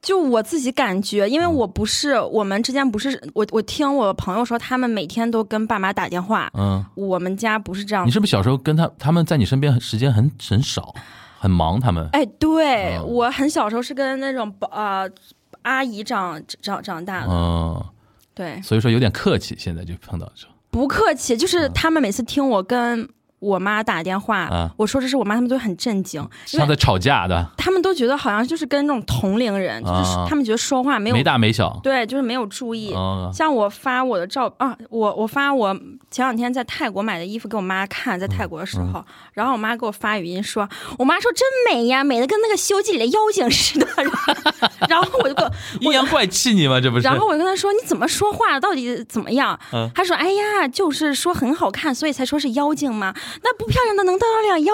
Speaker 3: 就我自己感觉，因为
Speaker 2: 嗯
Speaker 3: 我不是我们之间不是我，我听我朋友说，他们每天都跟爸妈打电话。
Speaker 2: 嗯，
Speaker 3: 我们家不是这样
Speaker 2: 你。是不是小时候跟他他们在你身边很时间很很少，很忙？他们
Speaker 3: 哎，对、
Speaker 2: 嗯
Speaker 3: 我很小时候是跟那种呃阿姨长长长大的，
Speaker 2: 嗯，
Speaker 3: 对，
Speaker 2: 所以说有点客气，现在就碰到这种。
Speaker 3: 不客气，就是他们每次听我跟。我妈打电话，
Speaker 2: 嗯啊
Speaker 3: 我说这是我妈，他们都很震惊，因
Speaker 2: 像
Speaker 3: 为
Speaker 2: 在吵架的，
Speaker 3: 他们都觉得好像就是跟那种同龄人，就是
Speaker 2: 啊
Speaker 3: 他们觉得说话没有
Speaker 2: 没大没小。
Speaker 3: 对，就是没有注意。
Speaker 2: 嗯，
Speaker 3: 像我发我的照啊，我我发我前两天在泰国买的衣服给我妈看，在
Speaker 2: 嗯
Speaker 3: 泰国的时候，然后我妈给我发语音说，我妈说真美呀，美的跟那个《西游记》里的妖精似的。然后然后我就跟
Speaker 2: 阴阳怪气你吗？这不是？
Speaker 3: 然后我就跟她说你怎么说话，到底怎么样？
Speaker 2: 嗯
Speaker 3: 她说哎呀，就是说很好看，所以才说是妖精嘛。那不漂亮的能当得了妖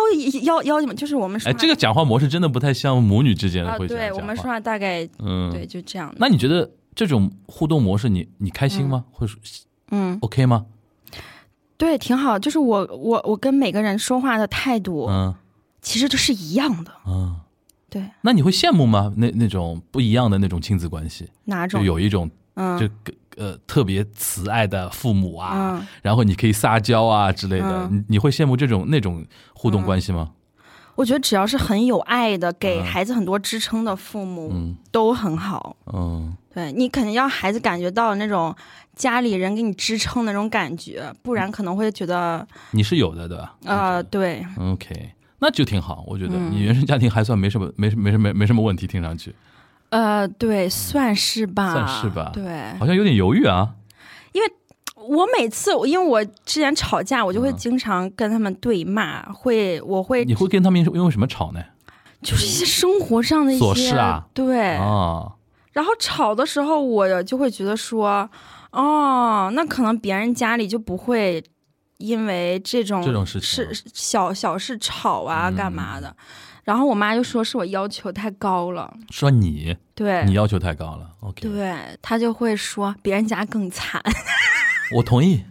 Speaker 3: 妖妖精吗？就是我们说
Speaker 2: 哎，
Speaker 3: 话
Speaker 2: 这个讲话模式真的不太像母女之间的
Speaker 3: 啊，
Speaker 2: 会这样
Speaker 3: 对
Speaker 2: 讲
Speaker 3: 我
Speaker 2: 话
Speaker 3: 们说话大概
Speaker 2: 嗯，
Speaker 3: 对就这样的。
Speaker 2: 那你觉得这种互动模式你，你开心吗？或者是
Speaker 3: 嗯，
Speaker 2: OK 吗？
Speaker 3: 对，挺好。就是我我我跟每个人说话的态度。
Speaker 2: 嗯
Speaker 3: 其实都是一样的。
Speaker 2: 嗯，
Speaker 3: 对，
Speaker 2: 那你会羡慕吗？那那种不一样的那种亲子关系，
Speaker 3: 哪
Speaker 2: 就
Speaker 3: 种？
Speaker 2: 有一种就
Speaker 3: 嗯
Speaker 2: 个呃特别慈爱的父母啊，
Speaker 3: 嗯，
Speaker 2: 然后你可以撒娇啊之类的，
Speaker 3: 嗯
Speaker 2: 你你会羡慕这种那种互动关系吗？
Speaker 3: 我觉得只要是很有爱的，给孩子很多支撑的父母、
Speaker 2: 嗯
Speaker 3: 都很好。
Speaker 2: 嗯
Speaker 3: 对你肯定让孩子感觉到那种家里人给你支撑的那种感觉，不
Speaker 2: 嗯
Speaker 3: 然可能会觉得
Speaker 2: 你是有的对吧？
Speaker 3: 呃，对，
Speaker 2: OK，那就挺好，我觉得
Speaker 3: 嗯
Speaker 2: 你原生家庭还算没什么，没什没什没没什么问题，听上去
Speaker 3: 呃，对，算是吧，
Speaker 2: 算是吧
Speaker 3: 对，
Speaker 2: 好像有点犹豫啊。
Speaker 3: 我每次因为我之前吵架，我就会经常跟他们对骂，会我会
Speaker 2: 嗯你会跟他们因为什么吵呢？
Speaker 3: 就是一些生活上的一些
Speaker 2: 琐事啊
Speaker 3: 对
Speaker 2: 啊，
Speaker 3: 然后吵的时候，我就会觉得说，哦，那可能别人家里就不会因为这种
Speaker 2: 这种事情
Speaker 3: 是小小事吵啊，
Speaker 2: 嗯
Speaker 3: 干嘛的。然后我妈就说是我要求太高了，
Speaker 2: 说你
Speaker 3: 对
Speaker 2: 你要求太高了。OK，
Speaker 3: 对，她就会说别人家更惨，
Speaker 2: 我同意，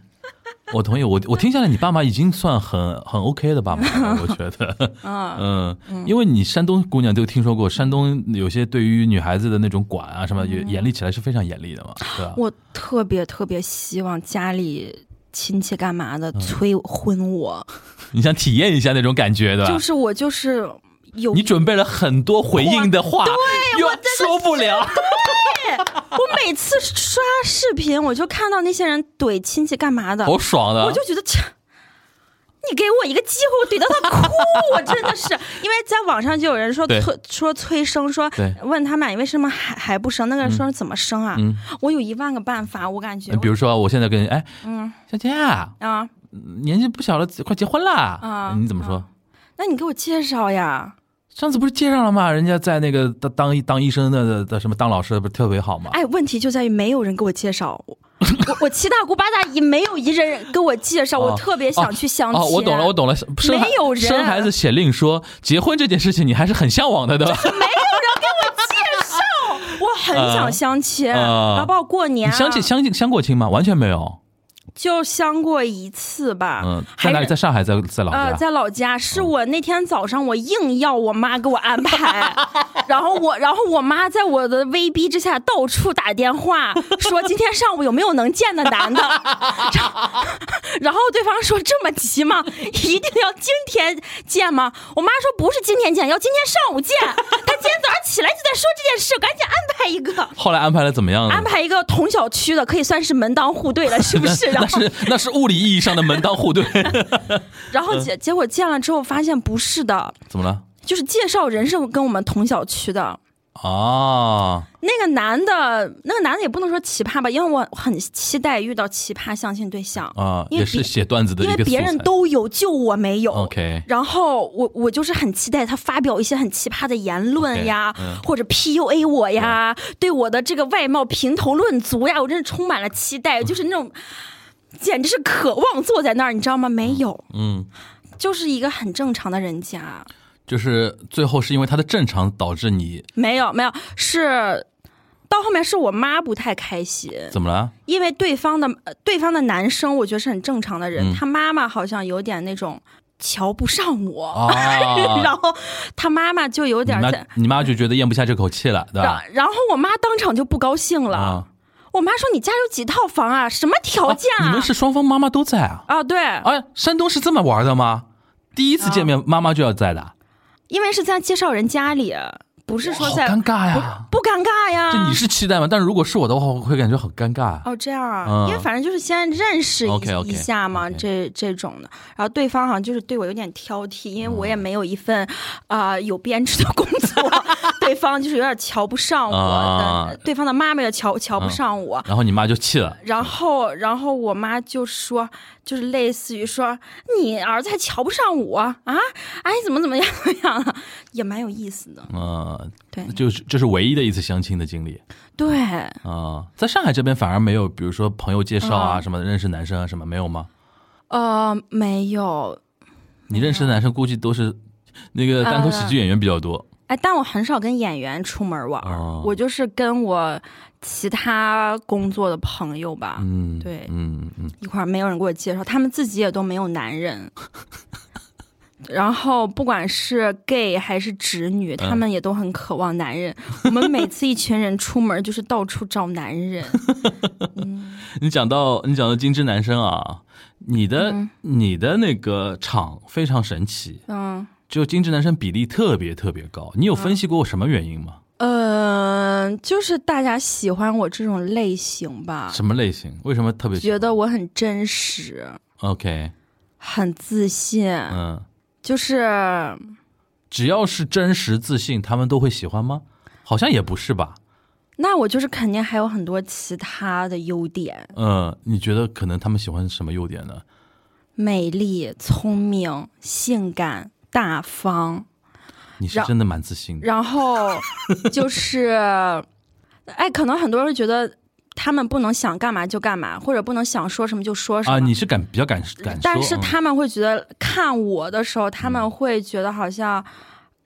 Speaker 2: 我同意。我我听下来，你爸妈已经算很很 OK 的爸妈了，我觉 得。嗯因为你山东姑娘都听说过，山东有些对于女孩子的那种管啊什么，也严厉起来是非常严厉的嘛，对吧？
Speaker 3: 嗯我特别特别希望家里。亲戚干嘛
Speaker 2: 嗯
Speaker 3: 的催婚我？
Speaker 2: 你想体验一下那种感觉，对吧？
Speaker 3: 就是我就是有
Speaker 2: 你准备了很多回应的话，又说不了。
Speaker 3: 我每次刷视频，我就看到那些人怼亲戚干 嘛的，
Speaker 2: 好爽的，
Speaker 3: 我就觉得切。你给我一个机会，我怼到他哭，我真的是，因为在网上就有人说
Speaker 2: 对
Speaker 3: 催说催生，说
Speaker 2: 对嗯
Speaker 3: 问他们为什么还还不生，那个人说怎么生啊？我有一万个办法，我感觉
Speaker 2: 你嗯啊比如说，我现在跟你哎，
Speaker 3: 嗯
Speaker 2: 小姐啊，
Speaker 3: 啊，
Speaker 2: 年纪不小了，快结婚啦，
Speaker 3: 啊
Speaker 2: 你怎么说？
Speaker 3: 那你给我介绍呀？
Speaker 2: 上次不是介绍了吗？人家在那个当当当医生的的的什么当老师的不是特别好吗？
Speaker 3: 哎，问题就在于没有人给我介绍， 我我我七大姑八大姨没有一人给我介绍，我
Speaker 2: 哦
Speaker 3: 特别想去相亲。
Speaker 2: 哦，我懂了，我懂了。生孩
Speaker 3: 没有人
Speaker 2: 生孩子写令说结婚这件事情，你还是很向往的，对吧？
Speaker 3: 我很想相亲，
Speaker 2: 啊
Speaker 3: 然后包括过年
Speaker 2: 你
Speaker 3: 啊，
Speaker 2: 相亲相亲相过亲吗？完全没有。
Speaker 3: 就相过一次吧。
Speaker 2: 嗯，
Speaker 3: 啊还
Speaker 2: 在哪里？
Speaker 3: 是
Speaker 2: 在上海，在在老
Speaker 3: 呃，
Speaker 2: 家。
Speaker 3: 在老家，是
Speaker 2: 嗯
Speaker 3: 我那天早上我硬要我妈给我安 排，然后我，然后我妈在我的威逼之下到处打电话说今天上午有没有能见的 男的， 然后然后对方说这么急吗？一定要今天见吗？我妈说不是今天见，要今天上午见。她今天早上起来就在说这件事，赶紧安排一个。
Speaker 2: 后来安排了怎么样呢？
Speaker 3: 安排一个同小区的，可以算是门当户对了，是不是？然
Speaker 2: 那
Speaker 3: 后
Speaker 2: 是那是物理意义上的门当户 对。
Speaker 3: 然
Speaker 2: 嗯
Speaker 3: 后结结果见了之后发现不是的，
Speaker 2: 怎么了？
Speaker 3: 就是介绍人是跟我们同小区的。
Speaker 2: 啊，
Speaker 3: 那个男的，那个男的也不能说奇葩吧，因为我很期待遇到奇葩相亲对象，
Speaker 2: 啊，
Speaker 3: 因为
Speaker 2: 也
Speaker 3: 别
Speaker 2: 是写段子的一
Speaker 3: 因为
Speaker 2: 个素
Speaker 3: 别
Speaker 2: 材。
Speaker 3: 人都有，就我没有。
Speaker 2: OK，
Speaker 3: 然后我我就是很期待他发表一些很奇葩的言论呀
Speaker 2: OK，嗯嗯
Speaker 3: 或者 PUA 我呀，对我的这个外貌评头论足呀，我真是充满了期
Speaker 2: 嗯
Speaker 3: 待，就是那种简直是渴望坐在那儿，你知道吗？没有，
Speaker 2: 嗯，
Speaker 3: 就是一个很正常的人家，
Speaker 2: 就是最后是因为他的正常导致你
Speaker 3: 没有没有，是到后面是我妈不太开心，
Speaker 2: 怎么了？
Speaker 3: 因为对方的呃对方的男生，我觉得是很正常的人，
Speaker 2: 嗯
Speaker 3: 他妈妈好像有点那种瞧不上我，
Speaker 2: 啊，
Speaker 3: 然后他妈妈就有
Speaker 2: 你
Speaker 3: 点
Speaker 2: 妈
Speaker 3: 在。
Speaker 2: 你妈就觉得咽不下这口气了，对吧
Speaker 3: 然？然后我妈当场就不高兴了，
Speaker 2: 啊，哦
Speaker 3: 我妈说：“你家有几套房啊？什么条件啊？”
Speaker 2: 你们是双方妈妈都在啊？
Speaker 3: 啊，对，
Speaker 2: 哎，山东是这么
Speaker 3: 啊
Speaker 2: 玩的吗？第一次见面，妈妈就要在的。
Speaker 3: 因为是在介绍人家里，不是说
Speaker 2: 好
Speaker 3: 在
Speaker 2: 尴尬呀！
Speaker 3: 不尴尬呀。
Speaker 2: 这你是期待吗？但如果是我的话，我会感觉好尴尬。
Speaker 3: 哦，这样啊，
Speaker 2: 嗯
Speaker 3: 因为反正就是先认识一
Speaker 2: OK，OK，
Speaker 3: 一下嘛
Speaker 2: OK
Speaker 3: 这这种的。然后对方好像就是对我有点挑剔，因为我也
Speaker 2: 嗯
Speaker 3: 没有一份啊、呃有编制的工 作，对方就是有点瞧不上我，
Speaker 2: 啊嗯
Speaker 3: 的，对方的妈妈也瞧瞧不上我。
Speaker 2: 然后你妈就气了，
Speaker 3: 然后，然后我妈就说，就是类似于说你儿子还瞧不上我啊，哎，怎么怎么样怎么样了，也蛮有意思的。
Speaker 2: 嗯，
Speaker 3: 对
Speaker 2: 就是这是唯一的一次相亲的经历
Speaker 3: 对，
Speaker 2: 啊。在上海这边反而没有，比如说朋友介绍啊
Speaker 3: 嗯
Speaker 2: 什么的，认识男生啊什么没有吗？
Speaker 3: 呃，没有，
Speaker 2: 你认识的男生估计都是那个单口喜剧演员比较多。
Speaker 3: 哎，但我很少跟演员出门玩儿，
Speaker 2: 哦
Speaker 3: 我就是跟我其他工作的朋友吧、
Speaker 2: 嗯，
Speaker 3: 对
Speaker 2: 嗯嗯，
Speaker 3: 一块儿，没有人给我介绍，他们自己也都没有男人。然后不管是 gay 还是直女，
Speaker 2: 嗯
Speaker 3: 他们也都很渴望男人。我们每次一群人出门就是到处找男人，
Speaker 2: 你讲到你讲到精致男生啊，你的、你的那个场非常神奇，
Speaker 3: 嗯。
Speaker 2: 就精致男生比例特别特别高。你有分析过什么原因吗？
Speaker 3: 嗯、就是大家喜欢我这种类型吧，
Speaker 2: 什么类型？为什么特别
Speaker 3: 觉得我很真实，
Speaker 2: OK？
Speaker 3: 很自信，
Speaker 2: 嗯，
Speaker 3: 就是
Speaker 2: 只要是真实自信，他们都会喜欢吗？好像也不是吧。
Speaker 3: 那我就是肯定还有很多其他的优点，
Speaker 2: 嗯，你觉得可能他们喜欢什么优点呢？
Speaker 3: 美丽、聪明、性感、大方，
Speaker 2: 你是
Speaker 3: 让
Speaker 2: 真的蛮自信的。
Speaker 3: 然 后就是，哎，可能很多人觉得他们不能想干嘛就干嘛，或者不能想说什么就说什么。
Speaker 2: 啊，你是敢比较敢敢说，
Speaker 3: 但是
Speaker 2: 嗯
Speaker 3: 他们会觉得看我的时候，他们会觉得好像，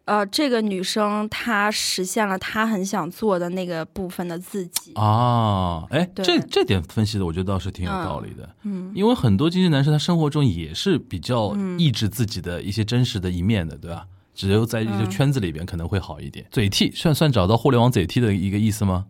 Speaker 3: 呃，这个女生她实现了她很想做的那个部分的自己。
Speaker 2: 啊，哎，
Speaker 3: 对
Speaker 2: 这这点分析的，我觉得倒是挺有道理的。
Speaker 3: 嗯，
Speaker 2: 因为很多精致男生他生活中也是比较抑制自己的一些真实的一面的，对吧？只有在
Speaker 3: 嗯
Speaker 2: 一个圈子里边可能会好一点。嘴替算算找到互联网嘴替的一个意思吗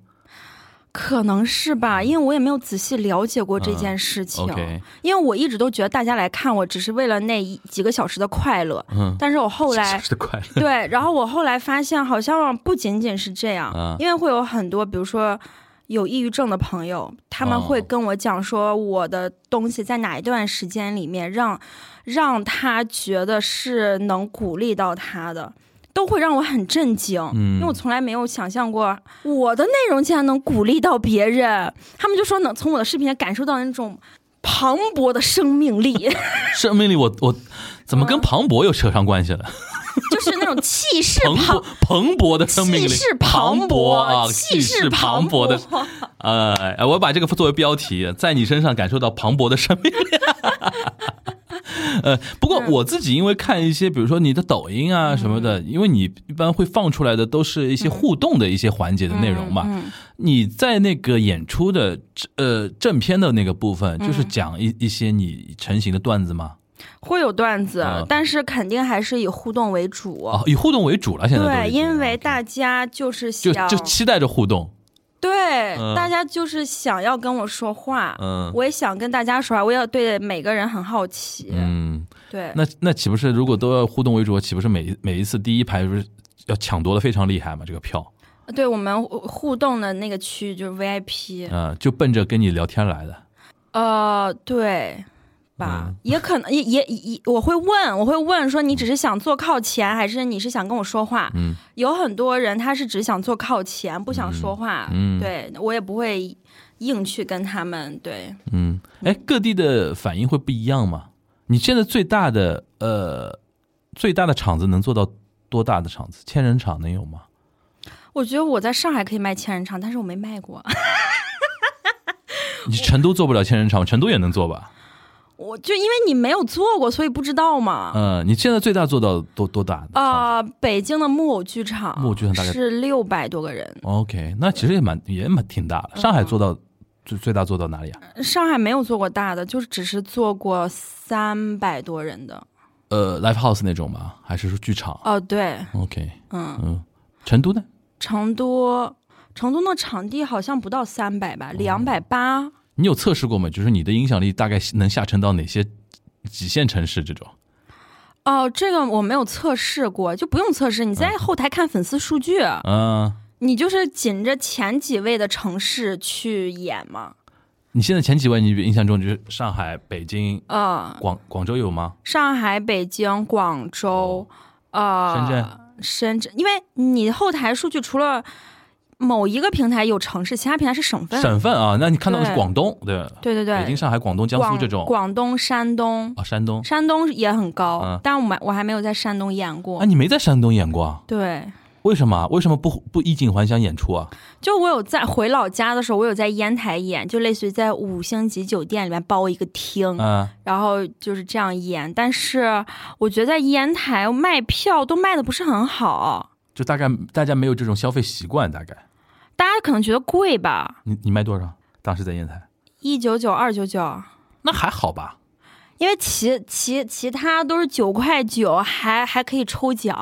Speaker 3: 可能是吧，因为我也没有仔细了解过这件事
Speaker 2: 嗯
Speaker 3: 情。
Speaker 2: ？OK，
Speaker 3: 因为我一直都觉得大家来看我只是为了那一几个小时的快乐，
Speaker 2: 嗯，
Speaker 3: 但是我后来
Speaker 2: 是快 乐。
Speaker 3: 对，然后我后来发现好像不仅仅是这样，
Speaker 2: 啊
Speaker 3: 因为会有很多，比如说。有抑郁症的朋友，他们
Speaker 2: 哦
Speaker 3: 会跟我讲说，我的东西在哪一段时间里面让让他觉得是能鼓励到他的，都会让我很震惊，
Speaker 2: 嗯
Speaker 3: 因为我从来没有想象过我的内容竟然能鼓励到别人。他们就说能从我的视频里感受到那种磅礴的生命力。
Speaker 2: 生命里我我怎
Speaker 3: 嗯
Speaker 2: 么跟庞博又扯上关系了？
Speaker 3: 就是那种气 势
Speaker 2: 蓬
Speaker 3: 磅
Speaker 2: 勃蓬勃的生命力，
Speaker 3: 气势磅
Speaker 2: 勃啊，
Speaker 3: 气
Speaker 2: 势
Speaker 3: 势
Speaker 2: 磅
Speaker 3: 勃
Speaker 2: 的。呃，哎我把这个作为标题，在你身上感受到磅礴的生命力。 呃，不
Speaker 3: 啊
Speaker 2: 过我自己因为看一些，比如说你的抖音啊什么的，
Speaker 3: 嗯
Speaker 2: 因为你一般会放出来的都是一些互动的一些环节的内容
Speaker 3: 嗯
Speaker 2: 嘛。你在那个演出的呃正片的那个部分，
Speaker 3: 嗯
Speaker 2: 就是讲一一些你成型的段子吗？
Speaker 3: 会有段子
Speaker 2: 嗯，
Speaker 3: 但是肯定还是以互动为主。
Speaker 2: 啊，以互动为主了，现在都
Speaker 3: 对，
Speaker 2: 已经
Speaker 3: 因为大家就是
Speaker 2: 就
Speaker 3: 想，
Speaker 2: 就期待着互动，
Speaker 3: 对、
Speaker 2: 嗯
Speaker 3: 大家就是想要跟我说话，
Speaker 2: 嗯
Speaker 3: 我也想跟大家说话，我也对每个人很好奇。
Speaker 2: 嗯。
Speaker 3: 对，
Speaker 2: 那那岂不是如果都要互动为主，岂不是每一每一次第一排不是要抢夺的非常厉害嘛？这个票，
Speaker 3: 对我们互动的那个区域就是 VIP，、
Speaker 2: 嗯、就奔着跟你聊天来的。
Speaker 3: 呃，对。吧，
Speaker 2: 嗯
Speaker 3: 也可能也也也，我会问，我会问说你只是想坐靠前，还是你是想跟我说话？
Speaker 2: 嗯
Speaker 3: 有很多人他是只想坐靠前，不想说话。
Speaker 2: 嗯
Speaker 3: 对我也不会硬去跟他们。对，
Speaker 2: 嗯，哎，各地的反应会不一样吗？你现在最大的呃最大的场子能做到多大的场子？千人场能有吗？
Speaker 3: 我觉得我在上海可以卖千人场，但是我没卖过。
Speaker 2: 你成都做不了千人场，成都也能做吧？
Speaker 3: 我就因为你没有做过，所以不知道嘛。
Speaker 2: 嗯、你现在最大做到多多大的场子？
Speaker 3: 啊、北京的木偶剧场，
Speaker 2: 嗯木偶剧场大概
Speaker 3: 是六百多个人，
Speaker 2: OK，那其实也蛮也蛮挺大的。上海做到最最大做到哪里啊？
Speaker 3: 上海没有做过大的，就是只是做过三百多人的。
Speaker 2: 呃，live house 那种吗？还是说剧场？
Speaker 3: 哦，对，
Speaker 2: OK，
Speaker 3: 嗯，
Speaker 2: 嗯，成都呢？
Speaker 3: 成都，成都那场地好像不到三百
Speaker 2: 哦
Speaker 3: 吧，两百八。
Speaker 2: 你有测试过吗？就是你的影响力大概能下沉到哪些几线城市这种？
Speaker 3: 哦，这个我没有测试过，就不用测试，你在后台看粉丝数据，
Speaker 2: 嗯，
Speaker 3: 你就是紧着前几位的城市去演嘛。
Speaker 2: 你现在前几位，你印象中就是上海、北京、
Speaker 3: 啊、
Speaker 2: 广广州有吗？
Speaker 3: 上海、北京、广州，啊、
Speaker 2: 哦深圳、
Speaker 3: 深圳，因为你后台数据除了某一个平台有城市，其他平台是省份。
Speaker 2: 省份啊，那你看到的是
Speaker 3: 对
Speaker 2: 广东，对，
Speaker 3: 对对对，
Speaker 2: 北京、上海、广东、江苏
Speaker 3: 广
Speaker 2: 这种
Speaker 3: 广东、山东，
Speaker 2: 啊，山东。
Speaker 3: 山东也很高，
Speaker 2: 嗯
Speaker 3: 但我们我还没有在山东演过。
Speaker 2: 啊，你没在山东演过啊？
Speaker 3: 对，
Speaker 2: 为什么啊？为什么不不衣锦还乡演出啊？
Speaker 3: 就我有在回老家的时候，我有在烟台演，就类似于在五星级酒店里面包一个厅，
Speaker 2: 嗯，
Speaker 3: 然后就是这样演。但是我觉得在烟台卖票都卖的不是很好，
Speaker 2: 就大概大家没有这种消费习惯，大概
Speaker 3: 大家可能觉得贵吧，
Speaker 2: 你你卖多少？当时在烟台，
Speaker 3: 一九九、二九九，
Speaker 2: 那还好吧？
Speaker 3: 因为其其其他都是九块九，还还可以抽奖。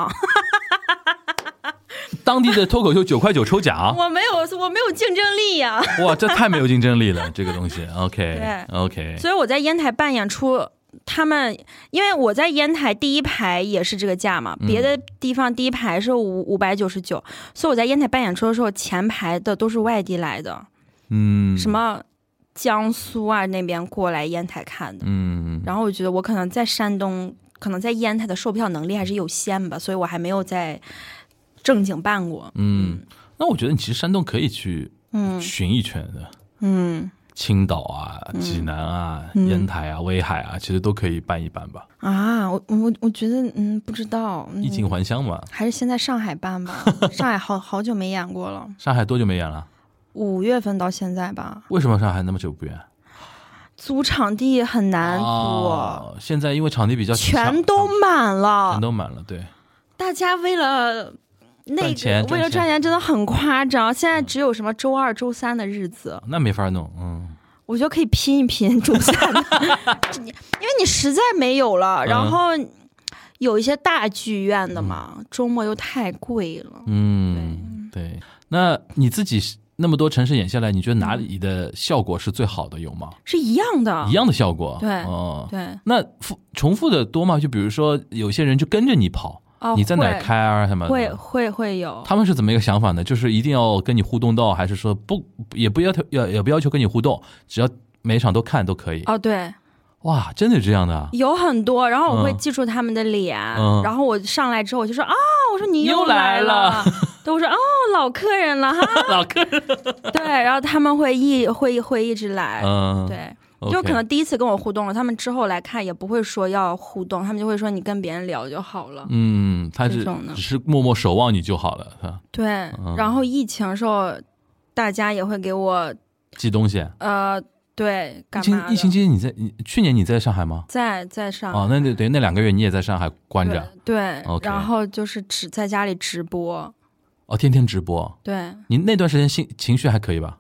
Speaker 2: 当地的脱口秀九块九抽 奖，
Speaker 3: 我没有，我没有竞争力呀、
Speaker 2: 哇，这太没有竞争力了，这个东西。OK
Speaker 3: 对
Speaker 2: OK，
Speaker 3: 所以我在烟台办演出，他们因为我在烟台第一排也是这个价
Speaker 2: 嗯
Speaker 3: 嘛，别的地方第一排是五五百九十九，所以我在烟台办演出的时候，前排的都是外地来的，
Speaker 2: 嗯，
Speaker 3: 什？么江苏啊那边过来烟台看的。
Speaker 2: 嗯，
Speaker 3: 然后我觉得我可能在山东，可能在烟台的售票能力还是有限吧，所以我还没有在正经办过。
Speaker 2: 嗯，那我觉得你其实山东可以去巡一圈的，
Speaker 3: 嗯
Speaker 2: 青岛啊、济南啊、烟台啊、威海啊，其实都可以办一办吧，
Speaker 3: 啊，我我我觉得嗯不知道，嗯
Speaker 2: 衣锦还乡嘛。
Speaker 3: 还是先在上海 办吧，上海好好久没演过了。
Speaker 2: 上海多久没演了？
Speaker 3: 五月份到现在吧，
Speaker 2: 为什么上海那么久不演？
Speaker 3: 租场地很难租，
Speaker 2: 哦，现在因为场地比较
Speaker 3: 全都满了。
Speaker 2: 全都满了，对，
Speaker 3: 大家为了那
Speaker 2: 赚钱嗯
Speaker 3: 个为了
Speaker 2: 赚
Speaker 3: 赚钱真的很夸张，现在只有什么周二、周三的日子，
Speaker 2: 那没法弄，嗯，
Speaker 3: 我觉得可以拼一拼周三 的，因为你实在没有了。
Speaker 2: 嗯
Speaker 3: 然后有一些大剧院的嘛，周末又太贵了。
Speaker 2: 嗯，对。那你自己那么多城市演下来，你觉得哪里的效果是最好的？有吗？
Speaker 3: 是一样的，
Speaker 2: 一样的效果？
Speaker 3: 啊对
Speaker 2: 哦。
Speaker 3: 对
Speaker 2: 那复重复的多吗？就比如说有些人就跟着你跑，
Speaker 3: 哦，
Speaker 2: 你在哪
Speaker 3: 会
Speaker 2: 儿开啊什么的？
Speaker 3: 会会会有，
Speaker 2: 他们是怎么一个想法呢？就是一定要跟你互动到，还是说不也不要求要也不要求跟你互动，只要每一场都看都可以？
Speaker 3: 哦对，
Speaker 2: 哇，真的有这样的啊？
Speaker 3: 有很多，然后我会
Speaker 2: 嗯
Speaker 3: 记住他们的脸，
Speaker 2: 嗯
Speaker 3: 然后我上来之后我就说啊，我说你
Speaker 2: 又来
Speaker 3: 来
Speaker 2: 了，
Speaker 3: 对，我说哦，老客人了 哈，
Speaker 2: 老客人，
Speaker 3: 对，然后他们会一会会一直来，
Speaker 2: 嗯，
Speaker 3: 对。
Speaker 2: OK，
Speaker 3: 就可能第一次跟我互动了，他们之后来看也不会说要互动，他们就会说你跟别人聊就好了。
Speaker 2: 嗯，他是
Speaker 3: 这种的
Speaker 2: 只是默默守望你就好了，是吧？
Speaker 3: 对，
Speaker 2: 嗯
Speaker 3: 然后疫情的时候，大家也会给我
Speaker 2: 寄东西。
Speaker 3: 呃，对，
Speaker 2: 疫
Speaker 3: 干嘛
Speaker 2: 情
Speaker 3: 的
Speaker 2: 疫情期间你在你去年你在上海吗？
Speaker 3: 在在上
Speaker 2: 啊，那那等于那两个月你也在上海关
Speaker 3: 对
Speaker 2: 着
Speaker 3: 对
Speaker 2: OK
Speaker 3: 然后就是只在家里直播，
Speaker 2: 哦，天天直播。
Speaker 3: 对，
Speaker 2: 你那段时间心情绪还可以吧？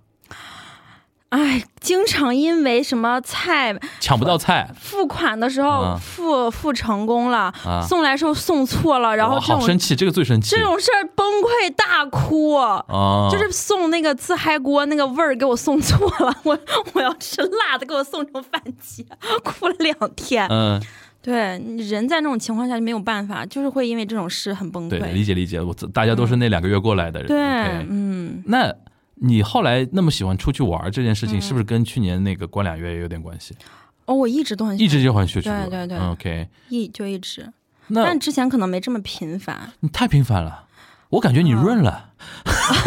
Speaker 3: 哎，经常因为什么菜
Speaker 2: 抢不到菜
Speaker 3: 付款的时候
Speaker 2: 啊
Speaker 3: 付、付成功了，
Speaker 2: 啊，
Speaker 3: 送来时候送错了，然后
Speaker 2: 哇
Speaker 3: 这
Speaker 2: 好生
Speaker 3: 种
Speaker 2: 气，这个最生气。
Speaker 3: 这种事儿崩溃大哭。
Speaker 2: 啊，
Speaker 3: 就是送那个自嗨锅那个味儿给我送错了， 我我要吃辣的，给我送成番茄，哭了两天。
Speaker 2: 嗯，
Speaker 3: 对，你人在那种情况下就没有办法，就是会因为这种事很崩
Speaker 2: 对，
Speaker 3: 溃
Speaker 2: 理。解理解，我大家都是那两个月过来的人。
Speaker 3: 嗯对，
Speaker 2: OK
Speaker 3: 嗯，
Speaker 2: 那你后来那么喜欢出去玩这件事情，是不是跟去年那个关两月也有点关系？
Speaker 3: 哦，我一直都很喜
Speaker 2: 一
Speaker 3: 欢
Speaker 2: 直就很学去
Speaker 3: 对对对
Speaker 2: 嗯 OK，
Speaker 3: 一就一直，
Speaker 2: 那
Speaker 3: 但之前可能没这么频繁。
Speaker 2: 你太频繁了，我感觉你
Speaker 3: 嗯
Speaker 2: 润 了。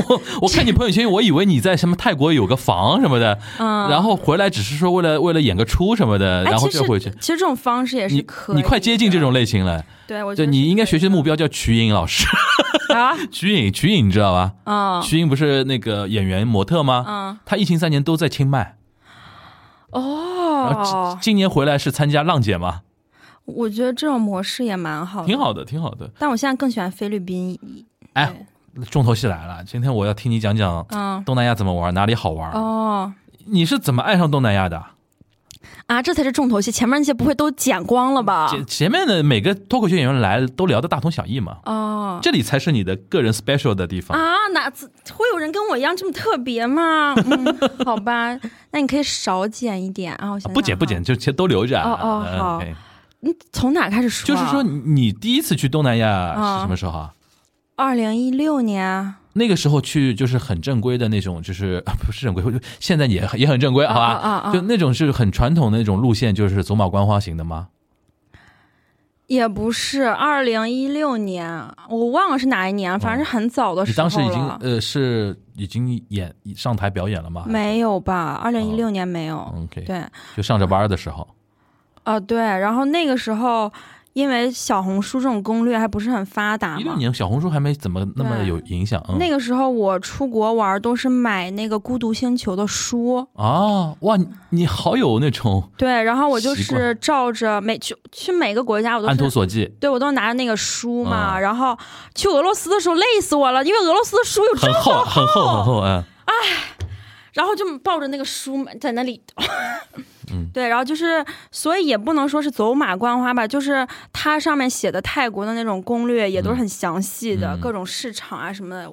Speaker 2: 我我看你朋友圈，我以为你在什么泰国有个房什么的，
Speaker 3: 嗯，
Speaker 2: 然后回来只是说为了为了演个出什么的，
Speaker 3: 哎，
Speaker 2: 然后
Speaker 3: 其实
Speaker 2: 就回去。
Speaker 3: 其实这种方式也是
Speaker 2: 你
Speaker 3: 可以啊
Speaker 2: 你快接近这
Speaker 3: 的，
Speaker 2: 种类型了，
Speaker 3: 对我觉
Speaker 2: 对
Speaker 3: 得
Speaker 2: 你
Speaker 3: 是
Speaker 2: 应该
Speaker 3: 可
Speaker 2: 学
Speaker 3: 以
Speaker 2: 习的目标叫瞿颖老师，
Speaker 3: 的啊，
Speaker 2: 瞿颖瞿颖你知道吧？
Speaker 3: 嗯
Speaker 2: 瞿颖不是那个演员模特吗？
Speaker 3: 嗯
Speaker 2: 她疫情三年都在清迈，然后
Speaker 3: 哦
Speaker 2: 今，今年回来是参加浪姐嘛，
Speaker 3: 我觉得这种模式也蛮好，
Speaker 2: 挺。好的，挺好的。
Speaker 3: 但我现在更喜欢菲律宾，
Speaker 2: 哎，重头戏来了，今天我要听你讲讲
Speaker 3: 嗯
Speaker 2: 东南亚怎么玩，哪里好玩。
Speaker 3: 哦
Speaker 2: 你是怎么爱上东南亚的？
Speaker 3: 啊，这才是重头戏，前面那些不会都剪光了吧？
Speaker 2: 前前面的每个脱口秀演员来都聊的大同小异嘛，
Speaker 3: 哦
Speaker 2: 这里才是你的个人 special 的地方。
Speaker 3: 啊，哪次会有人跟我一样这么特别吗？嗯，好吧，那你可以少剪一点啊，我想
Speaker 2: 不
Speaker 3: 想
Speaker 2: 剪不
Speaker 3: 哈
Speaker 2: 剪，就其实都留着啊。
Speaker 3: 哦哦
Speaker 2: 嗯
Speaker 3: 好
Speaker 2: ，OK
Speaker 3: 嗯，从哪开始说
Speaker 2: 就
Speaker 3: 啊？
Speaker 2: 是说，你第一次去东南亚
Speaker 3: 啊
Speaker 2: 是什么时候啊？
Speaker 3: 二零一六年啊，
Speaker 2: 那个时候去就是很正规的那种，就是啊不是正规， 就现在也很也很正规，好吧？
Speaker 3: 啊啊啊啊
Speaker 2: 就那种是很传统的那种路线，就是走马观花型的吗？
Speaker 3: 也不是二零一六年，我忘了是哪一年，反正是很早的
Speaker 2: 哦你
Speaker 3: 时
Speaker 2: 当
Speaker 3: 候了。
Speaker 2: 时已经呃是已经演上台表演了吗？嗯
Speaker 3: 没有吧？二零一六年没有。
Speaker 2: 哦，OK，
Speaker 3: 对，啊、呃
Speaker 2: 就上着班儿的时候，
Speaker 3: 对，然后那个时候。因为小红书这种攻略还不是很发达
Speaker 2: 一六
Speaker 3: 嘛，
Speaker 2: 年小红书还没怎么那么
Speaker 3: 对
Speaker 2: 有影响，嗯，
Speaker 3: 那个时候我出国玩都是买那个《孤独星球》的书，
Speaker 2: 啊，哇，你你好有那种
Speaker 3: 对，然后我就
Speaker 2: 习惯
Speaker 3: 是照着每去去每个国家我都
Speaker 2: 按
Speaker 3: 是
Speaker 2: 图索骥，
Speaker 3: 对，我都拿着那个书嘛，
Speaker 2: 嗯
Speaker 3: 然后去俄罗斯的时候累死我了，因为俄罗斯的书有这
Speaker 2: 很
Speaker 3: 么
Speaker 2: 厚很厚很厚，
Speaker 3: 哦
Speaker 2: 嗯，
Speaker 3: 然后就抱着那个书在那里，
Speaker 2: 嗯
Speaker 3: 对，然后就是，所以也不能说是走马观花吧，就是它上面写的泰国的那种攻略也都是很详细的，
Speaker 2: 嗯
Speaker 3: 各种市场啊什么的，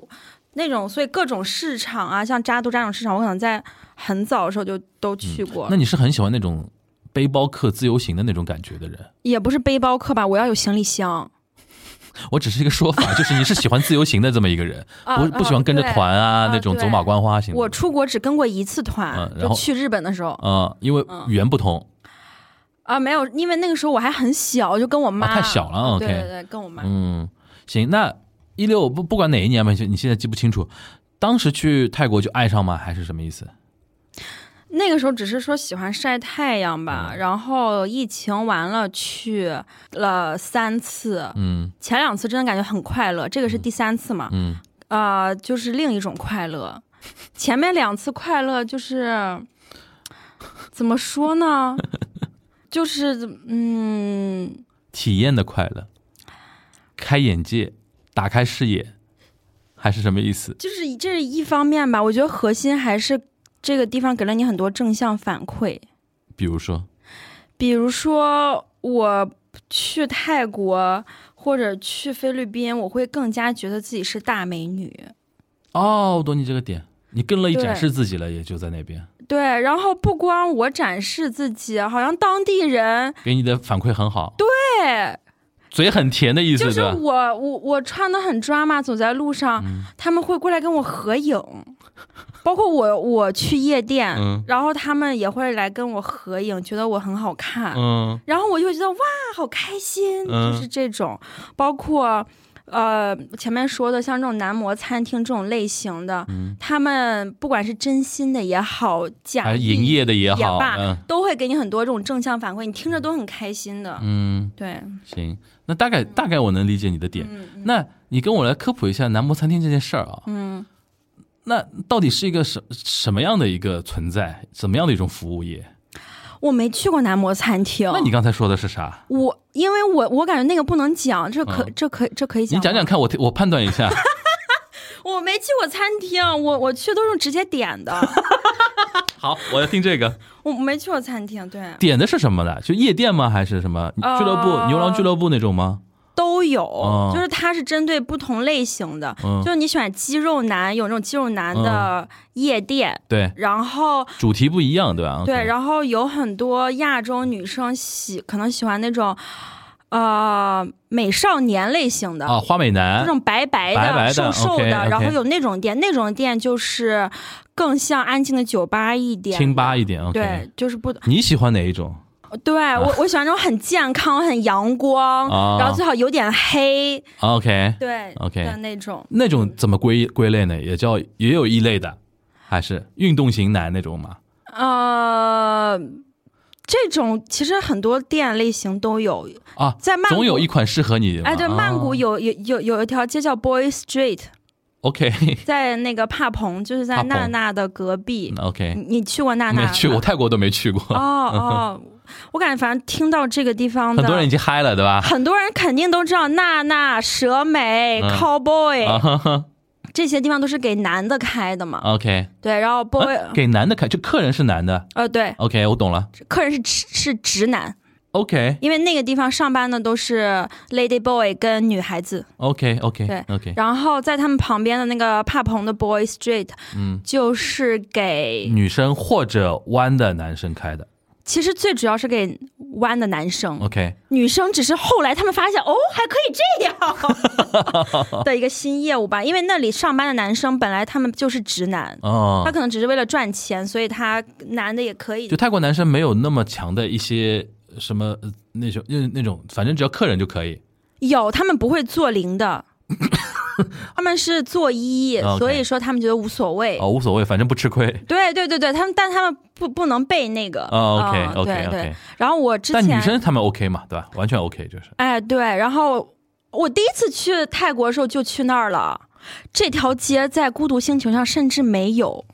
Speaker 3: 那种，所以各种市场啊，像扎都扎种市场，我可能在很早的时候就都去过了，
Speaker 2: 那你是很喜欢那种背包客自由行的那种感觉的人？
Speaker 3: 也不是背包客吧，我要有行李箱，
Speaker 2: 我只是一个说法，就是你是喜欢自由行的这么一个人，
Speaker 3: 啊
Speaker 2: 不不喜欢跟着。
Speaker 3: 啊
Speaker 2: 团啊那种
Speaker 3: 对
Speaker 2: 走马观花型
Speaker 3: 对
Speaker 2: 的。
Speaker 3: 我出国只跟过一次团，
Speaker 2: 嗯然
Speaker 3: 就
Speaker 2: 后
Speaker 3: 去日本的时候
Speaker 2: 嗯，因为语言不通，
Speaker 3: 啊，没有，因为那个时候我还很小，就跟我妈、
Speaker 2: 啊太小了啊
Speaker 3: 对
Speaker 2: OK
Speaker 3: 对对，跟我妈，
Speaker 2: 嗯，行，那一六不不管哪一年吧，就你现在记不清楚，当时去泰国就爱上吗？还是什么意思？
Speaker 3: 那个时候只是说喜欢晒太阳吧，
Speaker 2: 嗯
Speaker 3: 然后疫情完了去了三次，
Speaker 2: 嗯
Speaker 3: 前两次真的感觉很快乐，这个是第三次嘛，
Speaker 2: 嗯，
Speaker 3: 啊、就是另一种快乐。前面两次快乐就是怎么说呢？就是嗯，
Speaker 2: 体验的快乐，开眼界，打开视野，还是什么意思？
Speaker 3: 就是这是一方面吧。我觉得核心还是这个地方给了你很多正向反馈，
Speaker 2: 比如说，
Speaker 3: 比如说我去泰国或者去菲律宾，我会更加觉得自己是大美女。
Speaker 2: 哦，我懂你这个点，你更乐意
Speaker 3: 对
Speaker 2: 展示自己了，也就在那边
Speaker 3: 对，然后不光我展示自己，好像当地人
Speaker 2: 给你的反馈很好，
Speaker 3: 对，
Speaker 2: 嘴很甜的意思，
Speaker 3: 就是
Speaker 2: 对吧？嗯
Speaker 3: 我我我穿的很抓嘛，走在路上，他们会过来跟我合影，包括我我去夜店，
Speaker 2: 嗯
Speaker 3: 然后他们也会来跟我合影，觉得我很好看，
Speaker 2: 嗯
Speaker 3: 然后我就觉得哇，好开心，
Speaker 2: 嗯
Speaker 3: 就是这种，包括呃前面说的像这种男模餐厅这种类型的，他们不管是真心的也好，假
Speaker 2: 嗯还
Speaker 3: 意
Speaker 2: 营业的也好，
Speaker 3: 罢，
Speaker 2: 嗯
Speaker 3: 都会给你很多这种正向反馈，你听着都很开心的。
Speaker 2: 嗯，
Speaker 3: 对，
Speaker 2: 行，那大
Speaker 3: 嗯
Speaker 2: 概大概我能理解你的点。那你跟我来科普一下南摩餐厅这件事儿啊。嗯，那到底是一个什什么样的一个存在，怎么样的一种服务业？
Speaker 3: 我没去过男模餐厅，
Speaker 2: 那你刚才说的是啥？
Speaker 3: 我因为我我感觉那个不能讲，这可、
Speaker 2: 嗯
Speaker 3: 这可这可以
Speaker 2: 你
Speaker 3: 讲。
Speaker 2: 讲讲，看，我我判断一 下。
Speaker 3: 我没去过餐厅，我我去都是直接 点的，
Speaker 2: 好，我要听这个。
Speaker 3: 我没去过餐厅，对，
Speaker 2: 点的是什么呢？就夜店吗？还是什么
Speaker 3: 呃
Speaker 2: 俱乐部、牛郎俱乐部那种吗？
Speaker 3: 都有，
Speaker 2: 哦
Speaker 3: 就是它是针对不同类型的，
Speaker 2: 嗯
Speaker 3: 就是你喜欢肌肉男，有那种肌肉男的夜店，
Speaker 2: 对，
Speaker 3: 然后
Speaker 2: 主题不一样，对吧？
Speaker 3: 对，
Speaker 2: 后
Speaker 3: 然后有很多亚洲女生喜可能喜欢那种，呃，美少年类型的。
Speaker 2: 啊，花美
Speaker 3: 这
Speaker 2: 男
Speaker 3: 种白白的、
Speaker 2: 白白的
Speaker 3: 瘦瘦的
Speaker 2: OK，OK
Speaker 3: 然后有那种店，那种店就是更像安静的酒吧一点，
Speaker 2: 清吧一点。OK，啊
Speaker 3: 对，就是不
Speaker 2: 你喜欢哪一种？
Speaker 3: 对我我喜欢那种很健康、很阳光，
Speaker 2: 啊
Speaker 3: 然后最好有点黑，
Speaker 2: OK，
Speaker 3: 对
Speaker 2: OK
Speaker 3: 的那种。
Speaker 2: 那种怎么归归类呢？也叫也有一类的，还是运动型男那种嘛？
Speaker 3: 呃，这种其实很多店类型都有，
Speaker 2: 啊，
Speaker 3: 在曼谷
Speaker 2: 总有一款适合你嘛。
Speaker 3: 哎，对，
Speaker 2: 啊
Speaker 3: 曼谷有有有有一条街叫 Boy Street，
Speaker 2: OK
Speaker 3: 在那个帕蓬，就是在
Speaker 2: 帕蓬
Speaker 3: 娜娜的隔壁。
Speaker 2: OK，
Speaker 3: 你你去过娜娜？
Speaker 2: 没去 过，我。泰国都没去过，
Speaker 3: 哦哦，我感觉反正听到这个地方的
Speaker 2: 很多人已经嗨了，对吧？
Speaker 3: 很多人肯定都知道娜娜、蛇美、
Speaker 2: 嗯
Speaker 3: Cowboy、
Speaker 2: 啊 哈哈
Speaker 3: 这些地方都是给男的开的嘛。
Speaker 2: ，OK，
Speaker 3: 对，然后 Boy，、
Speaker 2: 啊给男的看，就客人是男的
Speaker 3: 呃，对，
Speaker 2: ，OK，我懂了
Speaker 3: 客人是直是直男，
Speaker 2: ，OK
Speaker 3: 因为那个地方上班的都是 Lady Boy 跟女孩子。
Speaker 2: OK
Speaker 3: 对
Speaker 2: OK OK，
Speaker 3: 然后在他们旁边的那个帕蓬的 Boy Street，
Speaker 2: 嗯，
Speaker 3: 就是给
Speaker 2: 女生或者弯的男生开的
Speaker 3: 其实最主要是给弯的男生，
Speaker 2: OK，
Speaker 3: 女生只是后来他们发现哦，还可以这样 的一个新业务吧，因为那里上班的男生本来他们就是直男，
Speaker 2: 哦
Speaker 3: 他，可能只是为了赚钱，所以他男的也可以
Speaker 2: 就泰国男生没有那么强的一些什么呃那种那那种，反正只要客人就可以。
Speaker 3: 有，他们不会做 零的，他们是做一
Speaker 2: 哦 OK
Speaker 3: 所以说他们觉得无所谓。
Speaker 2: 哦，无所谓，反正不吃亏。
Speaker 3: 对对对对，他们但他们不不能背那个
Speaker 2: 哦
Speaker 3: 嗯
Speaker 2: ，OK，OK，OK
Speaker 3: 对对。然后我之
Speaker 2: 但女
Speaker 3: 前
Speaker 2: 生他们 OK 嘛，对吧？完全 OK，就是
Speaker 3: 哎对，然后我第一次去泰国的时候就去那儿了，这条街在孤独星球上甚至没有。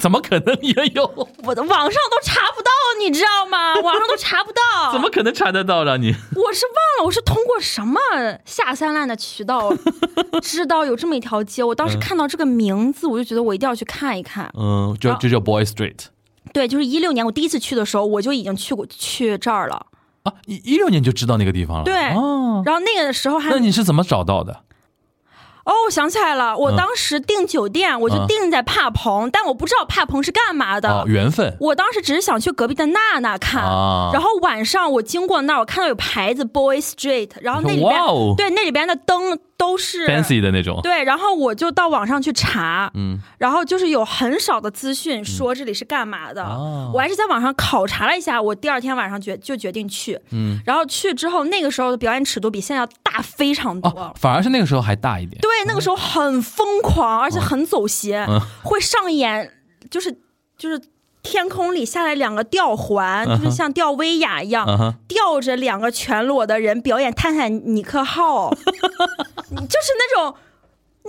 Speaker 2: 怎么可能也有？
Speaker 3: 我的网上都查不到，你知道 吗？网上都查不到。
Speaker 2: 怎么？可能查得到呢？你
Speaker 3: 我是忘了，我是通过什么下三滥的渠道知道有这么一条街。我当时看到这个名字，我就觉得我一定要去看一看。
Speaker 2: 嗯，就
Speaker 3: 啊
Speaker 2: 就叫 Boy Street
Speaker 3: 对，就是一六年我第一次去的时候，我就已经去过去这儿了。
Speaker 2: 啊，一一六年就知道那个地方了。
Speaker 3: 对
Speaker 2: 哦，
Speaker 3: 然后那个时候还
Speaker 2: 那你是怎么找到的？
Speaker 3: 哦，我想起来了，我
Speaker 2: 嗯
Speaker 3: 当时订酒店，我就
Speaker 2: 嗯
Speaker 3: 订在帕蓬，但我不知道帕蓬是干嘛的。
Speaker 2: 哦，缘分
Speaker 3: 我当时只是想去隔壁的娜娜看，
Speaker 2: 啊
Speaker 3: 然后晚上我经过那儿，我看到有牌子 Boy Street，然后那里边、
Speaker 2: 哇哦
Speaker 3: 对那里边的灯都是
Speaker 2: ，fancy 的那种。
Speaker 3: 对，然后我就到网上去查，
Speaker 2: 嗯，
Speaker 3: 然后就是有很少的资讯说这里是干嘛的，
Speaker 2: 哦
Speaker 3: 我还是在网上考察了一下，我第二天晚上决就决定去，
Speaker 2: 嗯，
Speaker 3: 然后去之后那个时候的表演尺度比现在要大非常多。
Speaker 2: 哦，反而是那个时候还大一点。
Speaker 3: 对，那个时候很疯狂，而且很走邪，
Speaker 2: 嗯
Speaker 3: 会上演就是就是天空里下来两个吊环，就是像吊威亚一样，
Speaker 2: 嗯哼，
Speaker 3: 吊着两个全裸的人表演泰坦尼 克号，就是那种。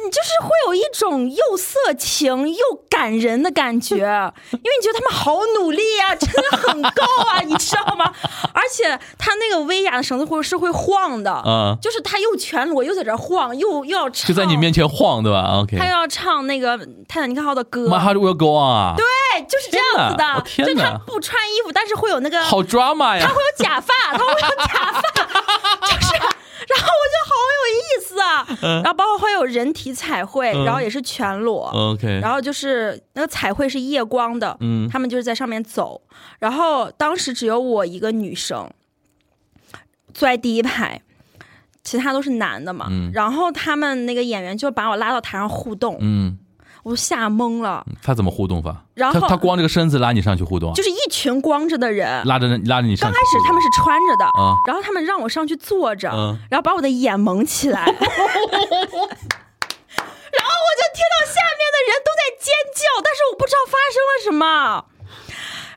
Speaker 3: 你就是会有一种又色情又感人的感 觉，因为你觉得他们好努力啊，真的很够 啊，你知道吗？而且他那个威亚的绳子会是会晃的，
Speaker 2: 嗯
Speaker 3: 就是他又全裸又在这儿晃，又又要唱，
Speaker 2: 就在你面前晃，对吧？OK，
Speaker 3: 他又要唱那个泰坦尼克号的歌，
Speaker 2: My heart will go on 啊，
Speaker 3: 对，就是这样
Speaker 2: 天
Speaker 3: 子
Speaker 2: 哪我
Speaker 3: 的，
Speaker 2: 天
Speaker 3: 就
Speaker 2: 哪
Speaker 3: 他不穿衣服，但是会有那个
Speaker 2: 好 drama 呀
Speaker 3: 他会。有假发，他会有假发， 就是，然后我就好有意思啊，然后包括会有人体彩绘，
Speaker 2: 嗯
Speaker 3: 然后也是全裸，
Speaker 2: OK，
Speaker 3: 然后就是那个彩绘是夜光的，
Speaker 2: 嗯
Speaker 3: 他们就是在上面走，然后当时只有我一个女生坐在第一排。其他都是男的嘛，
Speaker 2: 嗯
Speaker 3: 然后他们那个演员就把我拉到台上互动，
Speaker 2: 嗯，
Speaker 3: 我都吓懵了。
Speaker 2: 他怎么互动法？
Speaker 3: 然后
Speaker 2: 他他光着个身子拉你上去互动啊，
Speaker 3: 就是一群光着的人，
Speaker 2: 拉着拉着你上
Speaker 3: 刚
Speaker 2: 去
Speaker 3: 开始
Speaker 2: 互动。
Speaker 3: 他们是穿着的，
Speaker 2: 嗯
Speaker 3: 然后他们让我上去坐着，
Speaker 2: 嗯
Speaker 3: 然后把我的眼蒙起来，然后我 就听到下面的人都在尖叫，但是我不知道发生了什么。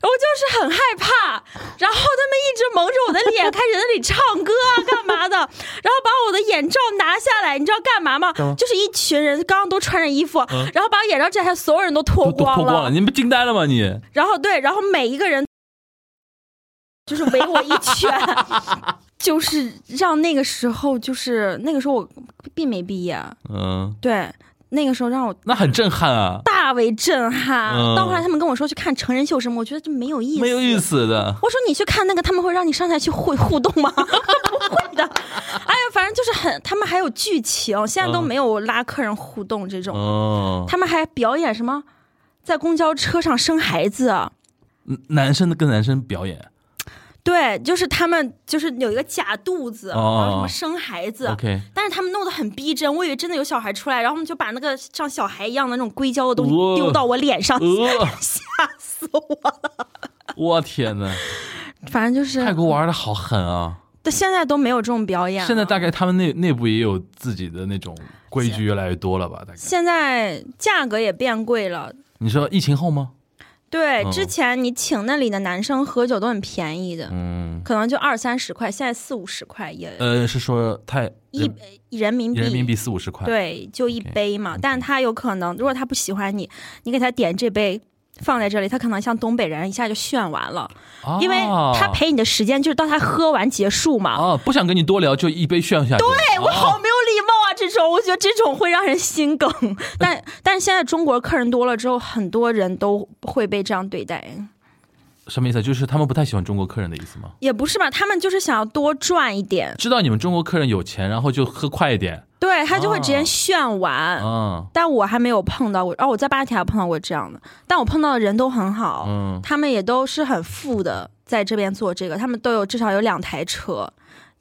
Speaker 3: 我就是很害怕，然后他们一直蒙着我的脸，开始在那里唱歌啊，干嘛的？然后把我的眼罩拿下来，你知道干嘛吗？
Speaker 2: 嗯
Speaker 3: 就是一群人刚刚都穿着衣服，然后把眼罩摘下来，所有人都脱
Speaker 2: 都都脱
Speaker 3: 光
Speaker 2: 光了，你们惊呆了吗？你
Speaker 3: 然后对，然后每一个人就是围我一 圈，就是让那个时候就是那个时候我并没毕业，啊
Speaker 2: 嗯，
Speaker 3: 对，那个时候让我
Speaker 2: 那很震撼啊，
Speaker 3: 大为震撼。
Speaker 2: 嗯
Speaker 3: 到后来他们跟我说去看成人秀什么，我觉得这没有意思，
Speaker 2: 没有意。思的。
Speaker 3: 我说你去看那个，他们会让你上台去互互动 吗？不会的。哎呀，反正就是很，他们还有剧情，现在都
Speaker 2: 嗯
Speaker 3: 没有拉客人互动这种。
Speaker 2: 哦，
Speaker 3: 他们还表演什么，在公交车上生孩子。啊
Speaker 2: 男生的跟男生表演
Speaker 3: 对，就是他们就是有一个假肚子，然后什么生孩子。
Speaker 2: 哦，OK，
Speaker 3: 但是啊他们弄得很逼真，我以为真的有小孩出来，然后他们就把那个像小孩一样的那种硅胶的东
Speaker 2: 哇
Speaker 3: 西丢到我脸上，
Speaker 2: 呃，
Speaker 3: 啊吓死我！
Speaker 2: 我天哪，
Speaker 3: 反正就是
Speaker 2: 泰，国玩的好狠啊！
Speaker 3: 但现在都没有这种表演了。
Speaker 2: 现在大概他们内内部也有自己的那种规矩，越来越多了吧？大概
Speaker 3: 现在价格也变贵了。
Speaker 2: 你说疫情后吗？
Speaker 3: 对，
Speaker 2: 哦
Speaker 3: 之前你请那里的男生喝酒都很便宜的，
Speaker 2: 嗯，
Speaker 3: 可能就二三十块，现在四五十块也、
Speaker 2: 呃，是说泰
Speaker 3: 一
Speaker 2: 人
Speaker 3: 人民币
Speaker 2: 人民币四五十块，
Speaker 3: 对，就一
Speaker 2: OK，
Speaker 3: 杯嘛。但他有可能，如果他不喜欢你，你给他点这杯放在这里，他可能像东北人一下就炫完了，
Speaker 2: 啊，
Speaker 3: 因为他陪你的时间就是到他喝完结束嘛。
Speaker 2: 啊，不想跟你多聊，就一杯炫下去。对
Speaker 3: 哎，我好没有礼貌啊！这种我觉得这种会让人心 梗。但但是现在中国客人多了之后，很多人都会被这样对待。
Speaker 2: 什么意思？就是他们不太喜欢中国客人的意思吗？
Speaker 3: 也不是吧，他们就是想要多赚一点，
Speaker 2: 知道你们中国客人有钱，然后就喝快一点
Speaker 3: 对他就会直接
Speaker 2: 哦
Speaker 3: 炫完。
Speaker 2: 啊，
Speaker 3: 但我还没有碰到过，哦，我在芭提雅碰到过这样的，但我碰到的人都很好，
Speaker 2: 嗯
Speaker 3: 他们也都是很富的，在这边做这个，他们都有至少有两台车，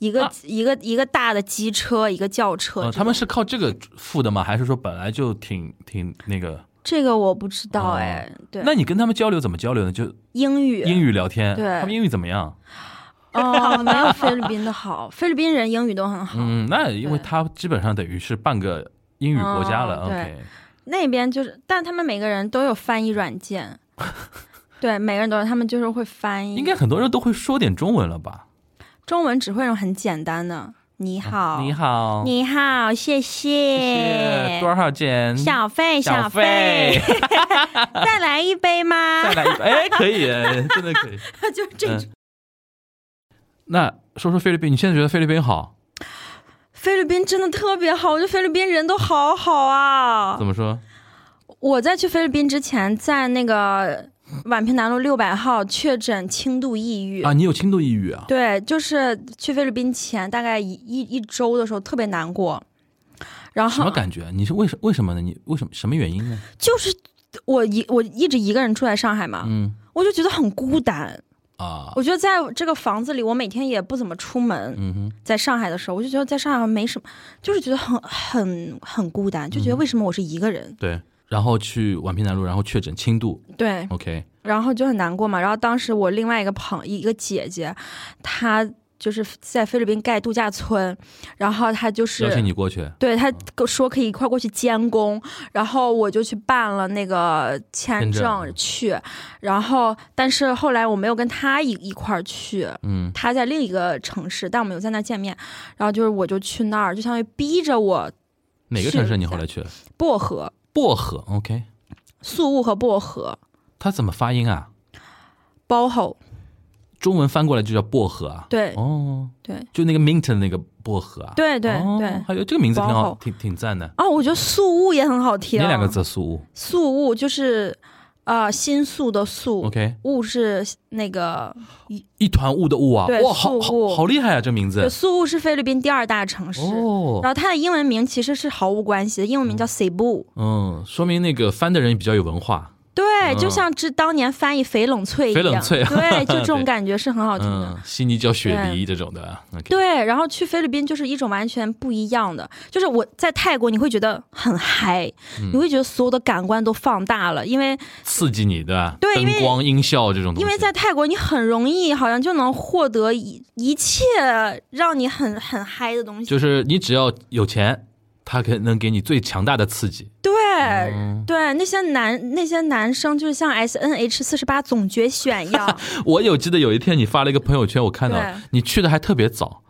Speaker 3: 一个、
Speaker 2: 啊
Speaker 3: 一个一个大的机车，一个轿车。
Speaker 2: 呃，他们是靠这个富的吗？还是说本来就挺挺那个？
Speaker 3: 这个我不知道哎，对，
Speaker 2: 哦那你跟他们交流怎么交流呢？就
Speaker 3: 英语
Speaker 2: 英语聊天，
Speaker 3: 对
Speaker 2: 他们英语怎么样？
Speaker 3: 哦，没有菲律宾的 好，菲律宾人英语都很好，
Speaker 2: 嗯，那因为
Speaker 3: 对
Speaker 2: 他基本上等于是半个英语国家了。
Speaker 3: 哦
Speaker 2: OK，
Speaker 3: 那边就是，但他们每个人都有翻译 软件，对，每个人都有，他们就是会翻译，
Speaker 2: 应该很多人都会说点中文了吧？
Speaker 3: 中文只会那种很简单的，你好，
Speaker 2: 啊你好，
Speaker 3: 你好，谢
Speaker 2: 是
Speaker 3: 谢。
Speaker 2: 多少钱？
Speaker 3: 小费，
Speaker 2: 小
Speaker 3: 费，
Speaker 2: 费，
Speaker 3: 再来一杯吗
Speaker 2: 再？来一杯，哎，可以，哎真的可以。
Speaker 3: 就 这种。
Speaker 2: 嗯那说说菲律宾，你现在觉得菲律宾好？
Speaker 3: 菲律宾真的特别好，我觉得菲律宾人都好好啊
Speaker 2: 怎。么说？
Speaker 3: 我在去菲律宾之前，在那个宛平南路六百号确诊轻度抑郁。
Speaker 2: 啊，你有轻度抑 郁啊？
Speaker 3: 对，就是去菲律宾前大概一一一周的时候特别难过，然
Speaker 2: 什么
Speaker 3: 后
Speaker 2: 感觉？啊你是为什为什么呢？你为什么什么原因呢？
Speaker 3: 就是我一我一直一个人住在上海嘛，
Speaker 2: 嗯
Speaker 3: 我就觉得很孤单。
Speaker 2: 啊，
Speaker 3: 我觉得在这个房子里，我每天也不怎么出门。
Speaker 2: 嗯哼，
Speaker 3: 在上海的时候，我就觉得在上海没什么，就是觉得很很很孤单，就觉
Speaker 2: 嗯
Speaker 3: 得为什么我是一个人？
Speaker 2: 对。然后去宛平南路，然后确诊轻度
Speaker 3: 对，
Speaker 2: ，OK，
Speaker 3: 然后就很难过嘛。然后当时我另外一个朋一个姐姐，她就是在菲律宾盖度假村，然后她就
Speaker 2: 邀请
Speaker 3: 是。
Speaker 2: 你嗯过去。
Speaker 3: 对她跟说可以一块过去监工，然后我就去办了那个签
Speaker 2: 签
Speaker 3: 证
Speaker 2: 证嗯
Speaker 3: 去，然后但是后来我没有跟她一一块儿去，
Speaker 2: 嗯，
Speaker 3: 他在另一个城市，但我们有在那见面。然后就是我就去那儿，就相当于逼着我
Speaker 2: 哪个城市你后来去了？
Speaker 3: 薄荷、
Speaker 2: 薄荷，OK，
Speaker 3: 宿雾和薄荷、
Speaker 2: 它怎么发音啊？
Speaker 3: 包后，
Speaker 2: 中文翻过来就叫薄荷啊？
Speaker 3: 对
Speaker 2: 哦，
Speaker 3: 对
Speaker 2: 就那个 Minton 那个薄荷啊。
Speaker 3: 对对
Speaker 2: 哦
Speaker 3: 对。
Speaker 2: 还有这个名字挺
Speaker 3: 薄
Speaker 2: 好
Speaker 3: 荷，
Speaker 2: 挺挺赞的。
Speaker 3: 哦，我觉得宿雾也很好听。
Speaker 2: 哪两个？字？苏雾
Speaker 3: 宿雾就是呃新宿的宿，
Speaker 2: ，OK，
Speaker 3: 雾是那个，
Speaker 2: 一团雾的雾啊，
Speaker 3: 对
Speaker 2: 哇，好
Speaker 3: 素雾
Speaker 2: 好好厉害啊，这名
Speaker 3: 对
Speaker 2: 字。
Speaker 3: 宿雾是菲律宾第二大城市。
Speaker 2: 哦
Speaker 3: 然，后它的英文名其实是毫无关系的，英文名叫 Cebu，、
Speaker 2: 嗯，说明那个翻的人比较有文化。
Speaker 3: 对，就
Speaker 2: 嗯
Speaker 3: 像之当年翻译翡冷翠一
Speaker 2: 翡
Speaker 3: 样，
Speaker 2: 冷翠
Speaker 3: 对，就这种
Speaker 2: 对
Speaker 3: 感觉是很好听哦的。
Speaker 2: 嗯，悉尼叫雪梨这种的。OK，啊
Speaker 3: 对，然后去菲律宾就是一种完全不一样的，就是我在泰国你会觉得很嗨，
Speaker 2: 嗯
Speaker 3: 你会觉得所有的感官都放大了，因为
Speaker 2: 刺激你对吧？
Speaker 3: 对因为
Speaker 2: 灯光、音效这种东西。
Speaker 3: 因为在泰国你很容易好像就能获得一一切让你很很嗨的东西，
Speaker 2: 就是你只要有钱，他可能给你最强大的刺激。
Speaker 3: 对。
Speaker 2: 嗯，
Speaker 3: 对那些男那些男生，就是像 S N H 四十八总决选 一样，
Speaker 2: 我有记得有一天你发了一个朋友圈，我看到
Speaker 3: 对
Speaker 2: 你去的还特别早，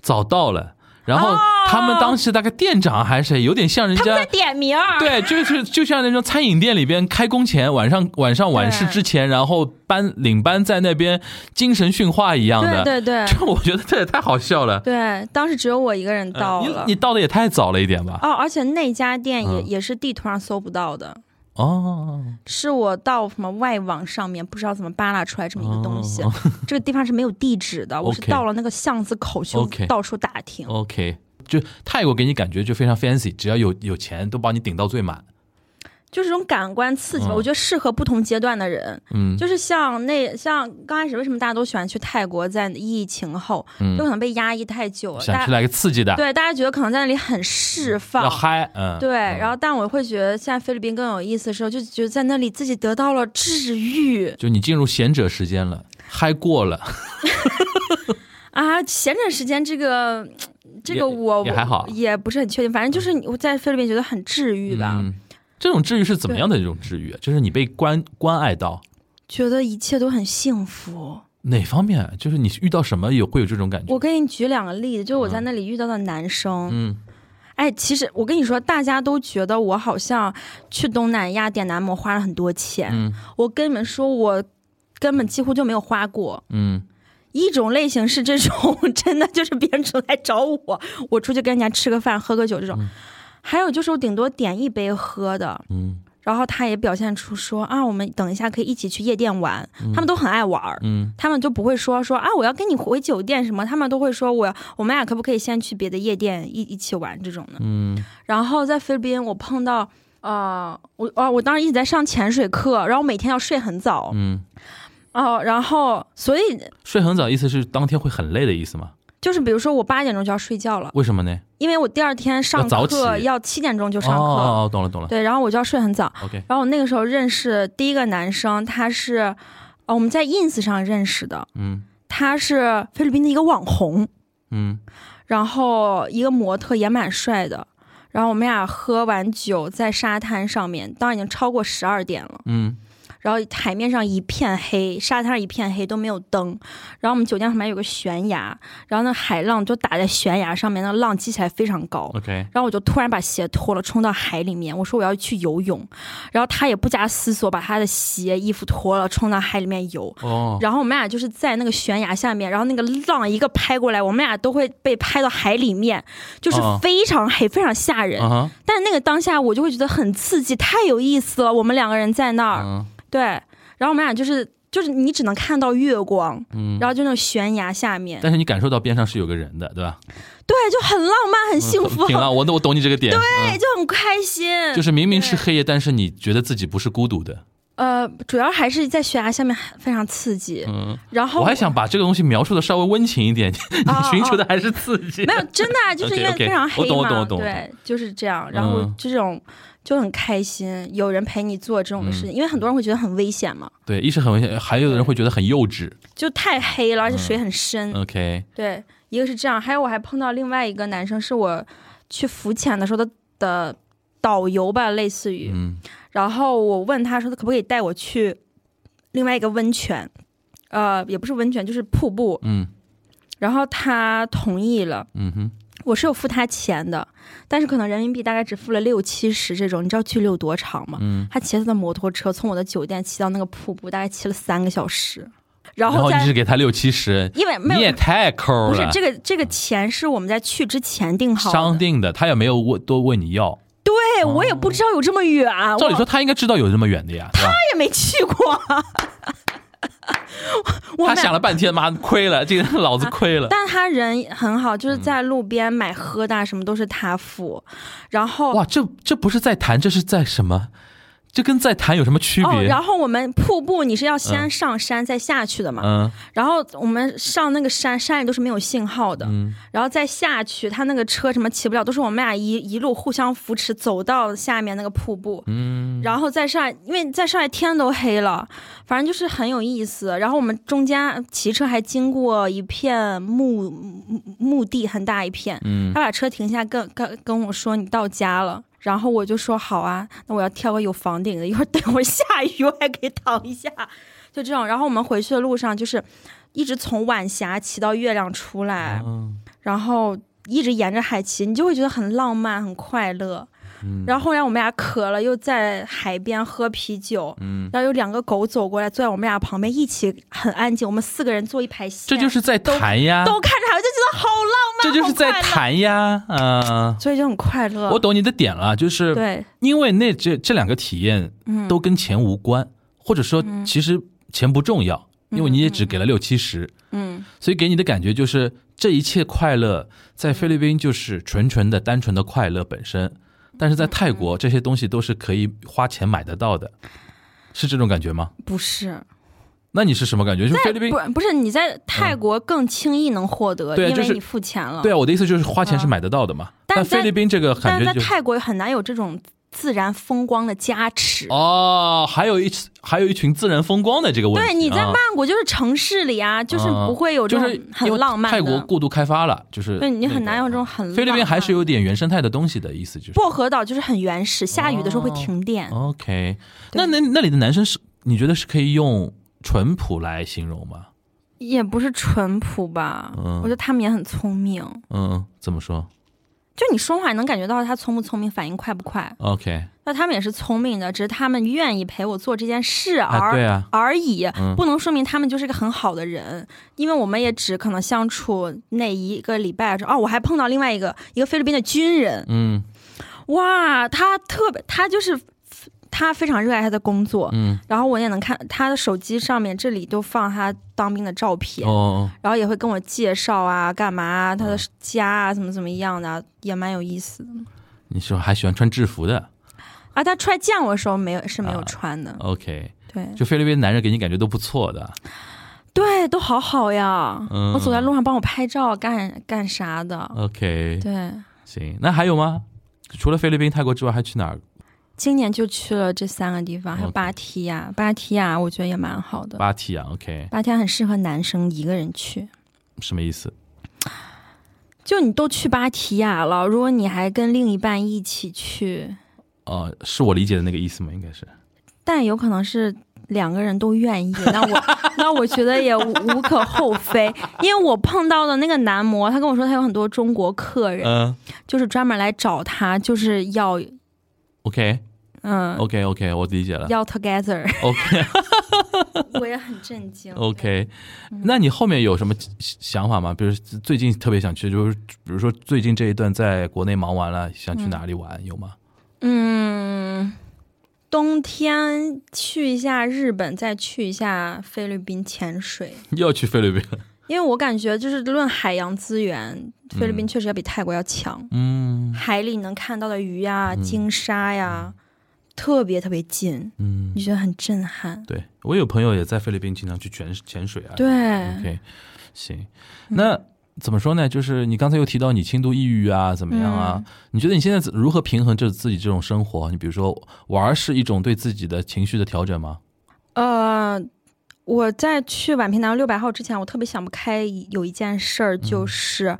Speaker 2: 早到了。然后他们当时大概店长还是谁，有点像人
Speaker 3: 哦他们在
Speaker 2: 家。
Speaker 3: 点名儿，
Speaker 2: 对，就是就像那种餐饮店里边开工前，晚上晚上晚市之前，然后班领班在那边精神训话一样的，
Speaker 3: 对对对
Speaker 2: 这我觉得这也太好笑了。
Speaker 3: 对，当时只有我一个人到
Speaker 2: 呃你
Speaker 3: 了，
Speaker 2: 你到的也太早了一点吧？
Speaker 3: 哦，而且那家店也、
Speaker 2: 嗯
Speaker 3: 也是地图上搜不到的，
Speaker 2: 哦，
Speaker 3: 是我到什么外网上面不知道怎么扒拉出来这么一个东西，啊
Speaker 2: 哦
Speaker 3: 这个地方是没有地址的，我是
Speaker 2: OK
Speaker 3: 到了那个巷子口去
Speaker 2: OK
Speaker 3: 到处打听。
Speaker 2: OK，就泰国给你感觉就非常 fancy，只要有有钱都帮你顶到最满。
Speaker 3: 就是这种感官刺激吧，
Speaker 2: 嗯
Speaker 3: 我觉得适合不同阶段的人。
Speaker 2: 嗯，
Speaker 3: 就是像那像刚开始为什么大家都喜欢去泰国，在疫情后，
Speaker 2: 嗯
Speaker 3: 就可能被压抑太久了，
Speaker 2: 想
Speaker 3: 大
Speaker 2: 去
Speaker 3: 家
Speaker 2: 来个刺激的，
Speaker 3: 对大家觉得可能在那里很释
Speaker 2: 要
Speaker 3: 放。
Speaker 2: 嗨，嗯，
Speaker 3: 对，
Speaker 2: 嗯
Speaker 3: 然后但我会觉得现在菲律宾更有意思的时候，就觉得在那里自己得到了治愈
Speaker 2: 就你进入贤者时间了，嗨过了，
Speaker 3: 啊！闲着时间这个，这个
Speaker 2: 也
Speaker 3: 我
Speaker 2: 也还好
Speaker 3: 也不是很确定，反正就是你我在菲律宾觉得很治愈吧，
Speaker 2: 嗯，这种治愈是怎么样的一种治愈啊？就是你被关关爱到
Speaker 3: 觉得一切都很幸福。
Speaker 2: 哪方面啊？就是你遇到什么有会有这种感觉？
Speaker 3: 我给你举两个例子，就是我在那里遇到的男生，
Speaker 2: 嗯，
Speaker 3: 哎，其实我跟你说，大家都觉得我好像去东南亚点男模花了很多钱，
Speaker 2: 嗯
Speaker 3: 我跟你们说，我根本几乎就没有花过。
Speaker 2: 嗯，
Speaker 3: 一种类型是这种， 真的就是别人主动来找我，我出去跟人家吃个饭、喝个酒这种；还有就是我顶多点一杯喝的，
Speaker 2: 嗯，
Speaker 3: 然后他也表现出说啊，我们等一下可以一起去夜店玩，他们都很爱玩儿，
Speaker 2: 嗯，
Speaker 3: 他们就不会说说啊，我要跟你回酒店什么，他们都会说我我们俩可不可以先去别的夜店一一起玩这种的。
Speaker 2: 嗯，
Speaker 3: 然后在菲律宾，我碰到呃，我哦、我当时一直在上潜水课，然后每天要睡很早，
Speaker 2: 嗯，
Speaker 3: 哦、然后所以
Speaker 2: 睡很早意思是当天会很累的意思吗？
Speaker 3: 就是比如说我八点钟就要睡觉了，
Speaker 2: 为什么呢？
Speaker 3: 因为我第二天上
Speaker 2: 要早
Speaker 3: 课
Speaker 2: 起
Speaker 3: 要七点钟就
Speaker 2: 哦
Speaker 3: 上课，
Speaker 2: 哦哦，懂了懂了。
Speaker 3: 对，然后我就要睡很早。
Speaker 2: OK，
Speaker 3: 然后我那个时候认识第一个男生，他是，哦，我们在 ins 上认识的，
Speaker 2: 嗯
Speaker 3: 他是菲律宾的一个网红，
Speaker 2: 嗯
Speaker 3: 然后一个模特也蛮帅的。然后我们俩喝完酒在沙滩上面，当然已经超过十二点了，
Speaker 2: 嗯
Speaker 3: 然后海面上一片黑，沙滩上一片黑都没有灯。然后我们酒店旁边有个悬崖，然后那海浪就打在悬崖上面，那浪激起来非常高。
Speaker 2: ，OK，
Speaker 3: 然后我就突然把鞋脱了，冲到海里面。我说我要去游泳，然后他也不加思索把他的鞋、衣服脱了，冲到海里面游。
Speaker 2: 哦，
Speaker 3: 然后我们俩就是在那个悬崖下面，然后那个浪一个拍过来，我们俩都会被拍到海里面，就是
Speaker 2: 啊
Speaker 3: 非常黑、非常吓人。
Speaker 2: 啊哈，
Speaker 3: 但那个当下我就会觉得很刺激，太有意思了。我们两个人在那儿，
Speaker 2: 嗯
Speaker 3: 对，然后我们俩就是就是你只能看到月光，
Speaker 2: 嗯，
Speaker 3: 然后就那种悬崖下面，
Speaker 2: 但是你感受到边上是有个人的，对吧？
Speaker 3: 对，就很浪漫，很幸福，
Speaker 2: 挺嗯浪，我我懂你这个点，
Speaker 3: 对，
Speaker 2: 对，
Speaker 3: 就很开心。
Speaker 2: 就是明明是黑夜，但是你觉得自己不是孤独的，
Speaker 3: 呃，主要还是在悬崖下面非常刺激。
Speaker 2: 嗯，
Speaker 3: 然后
Speaker 2: 我还想把这个东西描述的稍微温情一点， 你
Speaker 3: 哦
Speaker 2: 寻求的还是刺激，
Speaker 3: 没有真的、啊，就是因为
Speaker 2: OK，OK，
Speaker 3: 非常黑嘛
Speaker 2: 我懂我懂我懂
Speaker 3: 对，就是这样。然后
Speaker 2: 嗯
Speaker 3: 这种就很开心，有人陪你做这种的事情，
Speaker 2: 嗯
Speaker 3: 因为很多人会觉得很危险嘛，
Speaker 2: 对，一是很危险，还有的人会觉得很幼稚嗯
Speaker 3: 就太黑了，而且水很深。
Speaker 2: ，OK，
Speaker 3: 对，一个是这样，还有我还碰到另外一个男生，是我去浮潜的时候的的导游吧，类似于。
Speaker 2: 嗯
Speaker 3: 然后我问他说，他可不可以带我去另外一个温泉？呃，也不是温泉，就是瀑布。
Speaker 2: 嗯
Speaker 3: 然后他同意了。
Speaker 2: 嗯哼，
Speaker 3: 我是有付他钱的，但是可能人民币大概只付了六七十这种，你知道距离有多长吗？
Speaker 2: 嗯
Speaker 3: 他骑他的摩托车从我的酒店骑到那个瀑布，大概骑了三个小时，然
Speaker 2: 然
Speaker 3: 后
Speaker 2: 后
Speaker 3: 在
Speaker 2: 一直给他六七十，
Speaker 3: 因为
Speaker 2: 你
Speaker 3: 没
Speaker 2: 也
Speaker 3: 有
Speaker 2: 太抠
Speaker 3: 不是
Speaker 2: 了，
Speaker 3: 这个这个钱是我们在去之前定好
Speaker 2: 商
Speaker 3: 的，
Speaker 2: 定的，他也没有问多问你要，
Speaker 3: 对我也不知道有这么远，
Speaker 2: 照理
Speaker 3: 啊我
Speaker 2: 说他应该知道有这么远的呀，对吧？
Speaker 3: 也没去过。 我
Speaker 2: 他
Speaker 3: 们啊
Speaker 2: 想了半天，妈亏了，这个 老子亏了。
Speaker 3: 但他人很好，
Speaker 2: 嗯
Speaker 3: 就是在路边买喝的啊什么都是他付，然后
Speaker 2: 哇，这这不是在谈，这是在什么？这跟在谈有什么区
Speaker 3: 哦，
Speaker 2: 别？
Speaker 3: 然后我们瀑布你是要先上山再下去的嘛？
Speaker 2: 嗯
Speaker 3: 然后我们上那个山，山里都是没有信号的，
Speaker 2: 嗯
Speaker 3: 然后再下去，他那个车什么骑不了，都是我们俩一一路互相扶持走到下面那个瀑布，
Speaker 2: 嗯，
Speaker 3: 然后再上来，因为再上来天都黑了，反正就是很有意思。然后我们中间骑车还经过一片墓墓墓地，很大一片，
Speaker 2: 嗯
Speaker 3: 他把车停下跟跟跟我说你到家了。然后我就说好啊，那我要挑个有房顶的，一会儿等会儿下雨我还可以躺一下， 就这种。然后我们回去的路上就是一直从晚霞骑到月亮出来，
Speaker 2: 嗯
Speaker 3: 然后一直沿着海骑，你就会觉得很浪漫、很快乐。
Speaker 2: 嗯
Speaker 3: 然后后来我们俩渴了，又在海边喝啤酒，
Speaker 2: 嗯，
Speaker 3: 然后有两个狗走过来，坐在我们俩旁边，一起很安静，我们四个人坐一排线，
Speaker 2: 这就是在谈呀，
Speaker 3: 都看着海，我就觉得好浪漫，
Speaker 2: 这就是在
Speaker 3: 好啊快乐，
Speaker 2: 谈呀，嗯。
Speaker 3: 所以就很快乐。
Speaker 2: 我懂你的点了，就是
Speaker 3: 对，嗯
Speaker 2: 因为那这这两个体验都跟钱无关，或者说其实钱不重要，因为你也只给了六七十，
Speaker 3: 嗯，
Speaker 2: 所以给你的感觉就是这一切快乐在菲律宾就是纯纯的、单纯的快乐本身，但是在泰国这些东西都是可以花钱买得到的，是这种感觉吗？
Speaker 3: 不是，
Speaker 2: 那你是什么感觉？就是菲律宾
Speaker 3: 不不是你在泰国更轻易能获得，
Speaker 2: 嗯对啊
Speaker 3: 因
Speaker 2: 就是
Speaker 3: 为你付钱了。
Speaker 2: 对啊，我的意思就是花钱是买得到的嘛。
Speaker 3: 嗯但
Speaker 2: 但
Speaker 3: 在
Speaker 2: 菲律宾这个
Speaker 3: 但
Speaker 2: 感
Speaker 3: 是在
Speaker 2: 觉就
Speaker 3: 泰国很难有这种自然风光的加持。
Speaker 2: 哦，还有一还有一群自然风光的这个问题。
Speaker 3: 对，你在
Speaker 2: 啊
Speaker 3: 曼谷就是城市里啊，就是
Speaker 2: 啊
Speaker 3: 不会有这
Speaker 2: 就是
Speaker 3: 种很
Speaker 2: 因为
Speaker 3: 浪漫的。
Speaker 2: 泰国过度开发了，就是
Speaker 3: 对你
Speaker 2: 那个
Speaker 3: 很难有这种很
Speaker 2: 菲律宾
Speaker 3: 浪
Speaker 2: 还是
Speaker 3: 漫
Speaker 2: 有点原生态的东西的意思，就是
Speaker 3: 薄荷岛就是很原始，下雨的时候会
Speaker 2: 哦
Speaker 3: 停电。
Speaker 2: OK。那那那里的男生是你觉得是可以用淳朴来形容吗？
Speaker 3: 也不是淳朴吧，
Speaker 2: 嗯
Speaker 3: 我觉得他们也很聪明。
Speaker 2: 嗯，怎么说
Speaker 3: 就你说话能感觉到他聪不聪明，反应快不快。
Speaker 2: ？OK
Speaker 3: 那他们也是聪明的，只是他们愿意陪我做这件事而、
Speaker 2: 啊，对啊，
Speaker 3: 而已，
Speaker 2: 嗯
Speaker 3: 不能说明他们就是个很好的人，因为我们也只可能相处那一个礼拜。哦，我还碰到另外一个一个菲律宾的军人，
Speaker 2: 嗯
Speaker 3: 哇，他特别，他就是他非常热爱他的工作，
Speaker 2: 嗯，
Speaker 3: 然后我也能看他的手机上面这里都放他当兵的照片，
Speaker 2: 哦，嗯
Speaker 3: 然后也会跟我介绍啊，干嘛啊，他的家啊，怎么怎么样的啊，也蛮有意思的
Speaker 2: 你说还喜欢穿制服的
Speaker 3: 啊。他踹酱我的时候没有是没有
Speaker 2: 啊
Speaker 3: 穿的，
Speaker 2: ？OK，
Speaker 3: 对
Speaker 2: 就菲律宾男人给你感觉都不错的，
Speaker 3: 对，都好好呀。
Speaker 2: 嗯
Speaker 3: 我走在路上帮我拍照干干啥的，
Speaker 2: OK，
Speaker 3: 对。
Speaker 2: 行，那还有吗？除了菲律宾、泰国之外，还去哪儿？
Speaker 3: 今年就去了这三个地方，还有
Speaker 2: OK
Speaker 3: 芭提雅，芭提雅我觉得也蛮好的。
Speaker 2: 芭提雅，OK，啊
Speaker 3: 芭提雅很适合男生一个人去，
Speaker 2: 什么意思？
Speaker 3: 就你都去芭提雅了，如果你还跟另一半一起去，
Speaker 2: 哦、是我理解的那个意思吗？应该是
Speaker 3: 但有可能是两个人 都愿意，那我那我觉得也无无可厚非，因为我碰到的那个男模，他跟我说他有很多中国客人，
Speaker 2: 嗯
Speaker 3: 就是专门来找他，就是要
Speaker 2: ，OK，OK，OK，、哦
Speaker 3: 嗯
Speaker 2: OK，OK，我理解了。
Speaker 3: 要 together，
Speaker 2: OK
Speaker 3: 我也很震惊。
Speaker 2: OK，那嗯你后面有什么想法吗？比如最近特别想去，就是比如说最近这一段在国内忙完了，想去哪里玩、有吗？
Speaker 3: 嗯，冬天去一下日本，再去一下菲律宾潜水，
Speaker 2: 又要去菲律宾？
Speaker 3: 因为我感觉就是论海洋资源，菲律宾确实要比泰国要强。
Speaker 2: 嗯
Speaker 3: 海里能看到的鱼呀、鲸鲨呀，特别特别近，
Speaker 2: 嗯，
Speaker 3: 你觉得很震撼。
Speaker 2: 对我有朋友也在菲律宾，经常去潜潜水啊。
Speaker 3: 对，
Speaker 2: OK，行，那怎么说呢？就是你刚才又提到你轻度抑郁啊，怎么样啊？你觉得你现在怎如何平衡这自己这种生活？你比如说玩儿是一种对自己的情绪的调整吗？
Speaker 3: 呃，我在去宛平南路六百号之前，我特别想不开，有一件事儿
Speaker 2: 嗯
Speaker 3: 就是。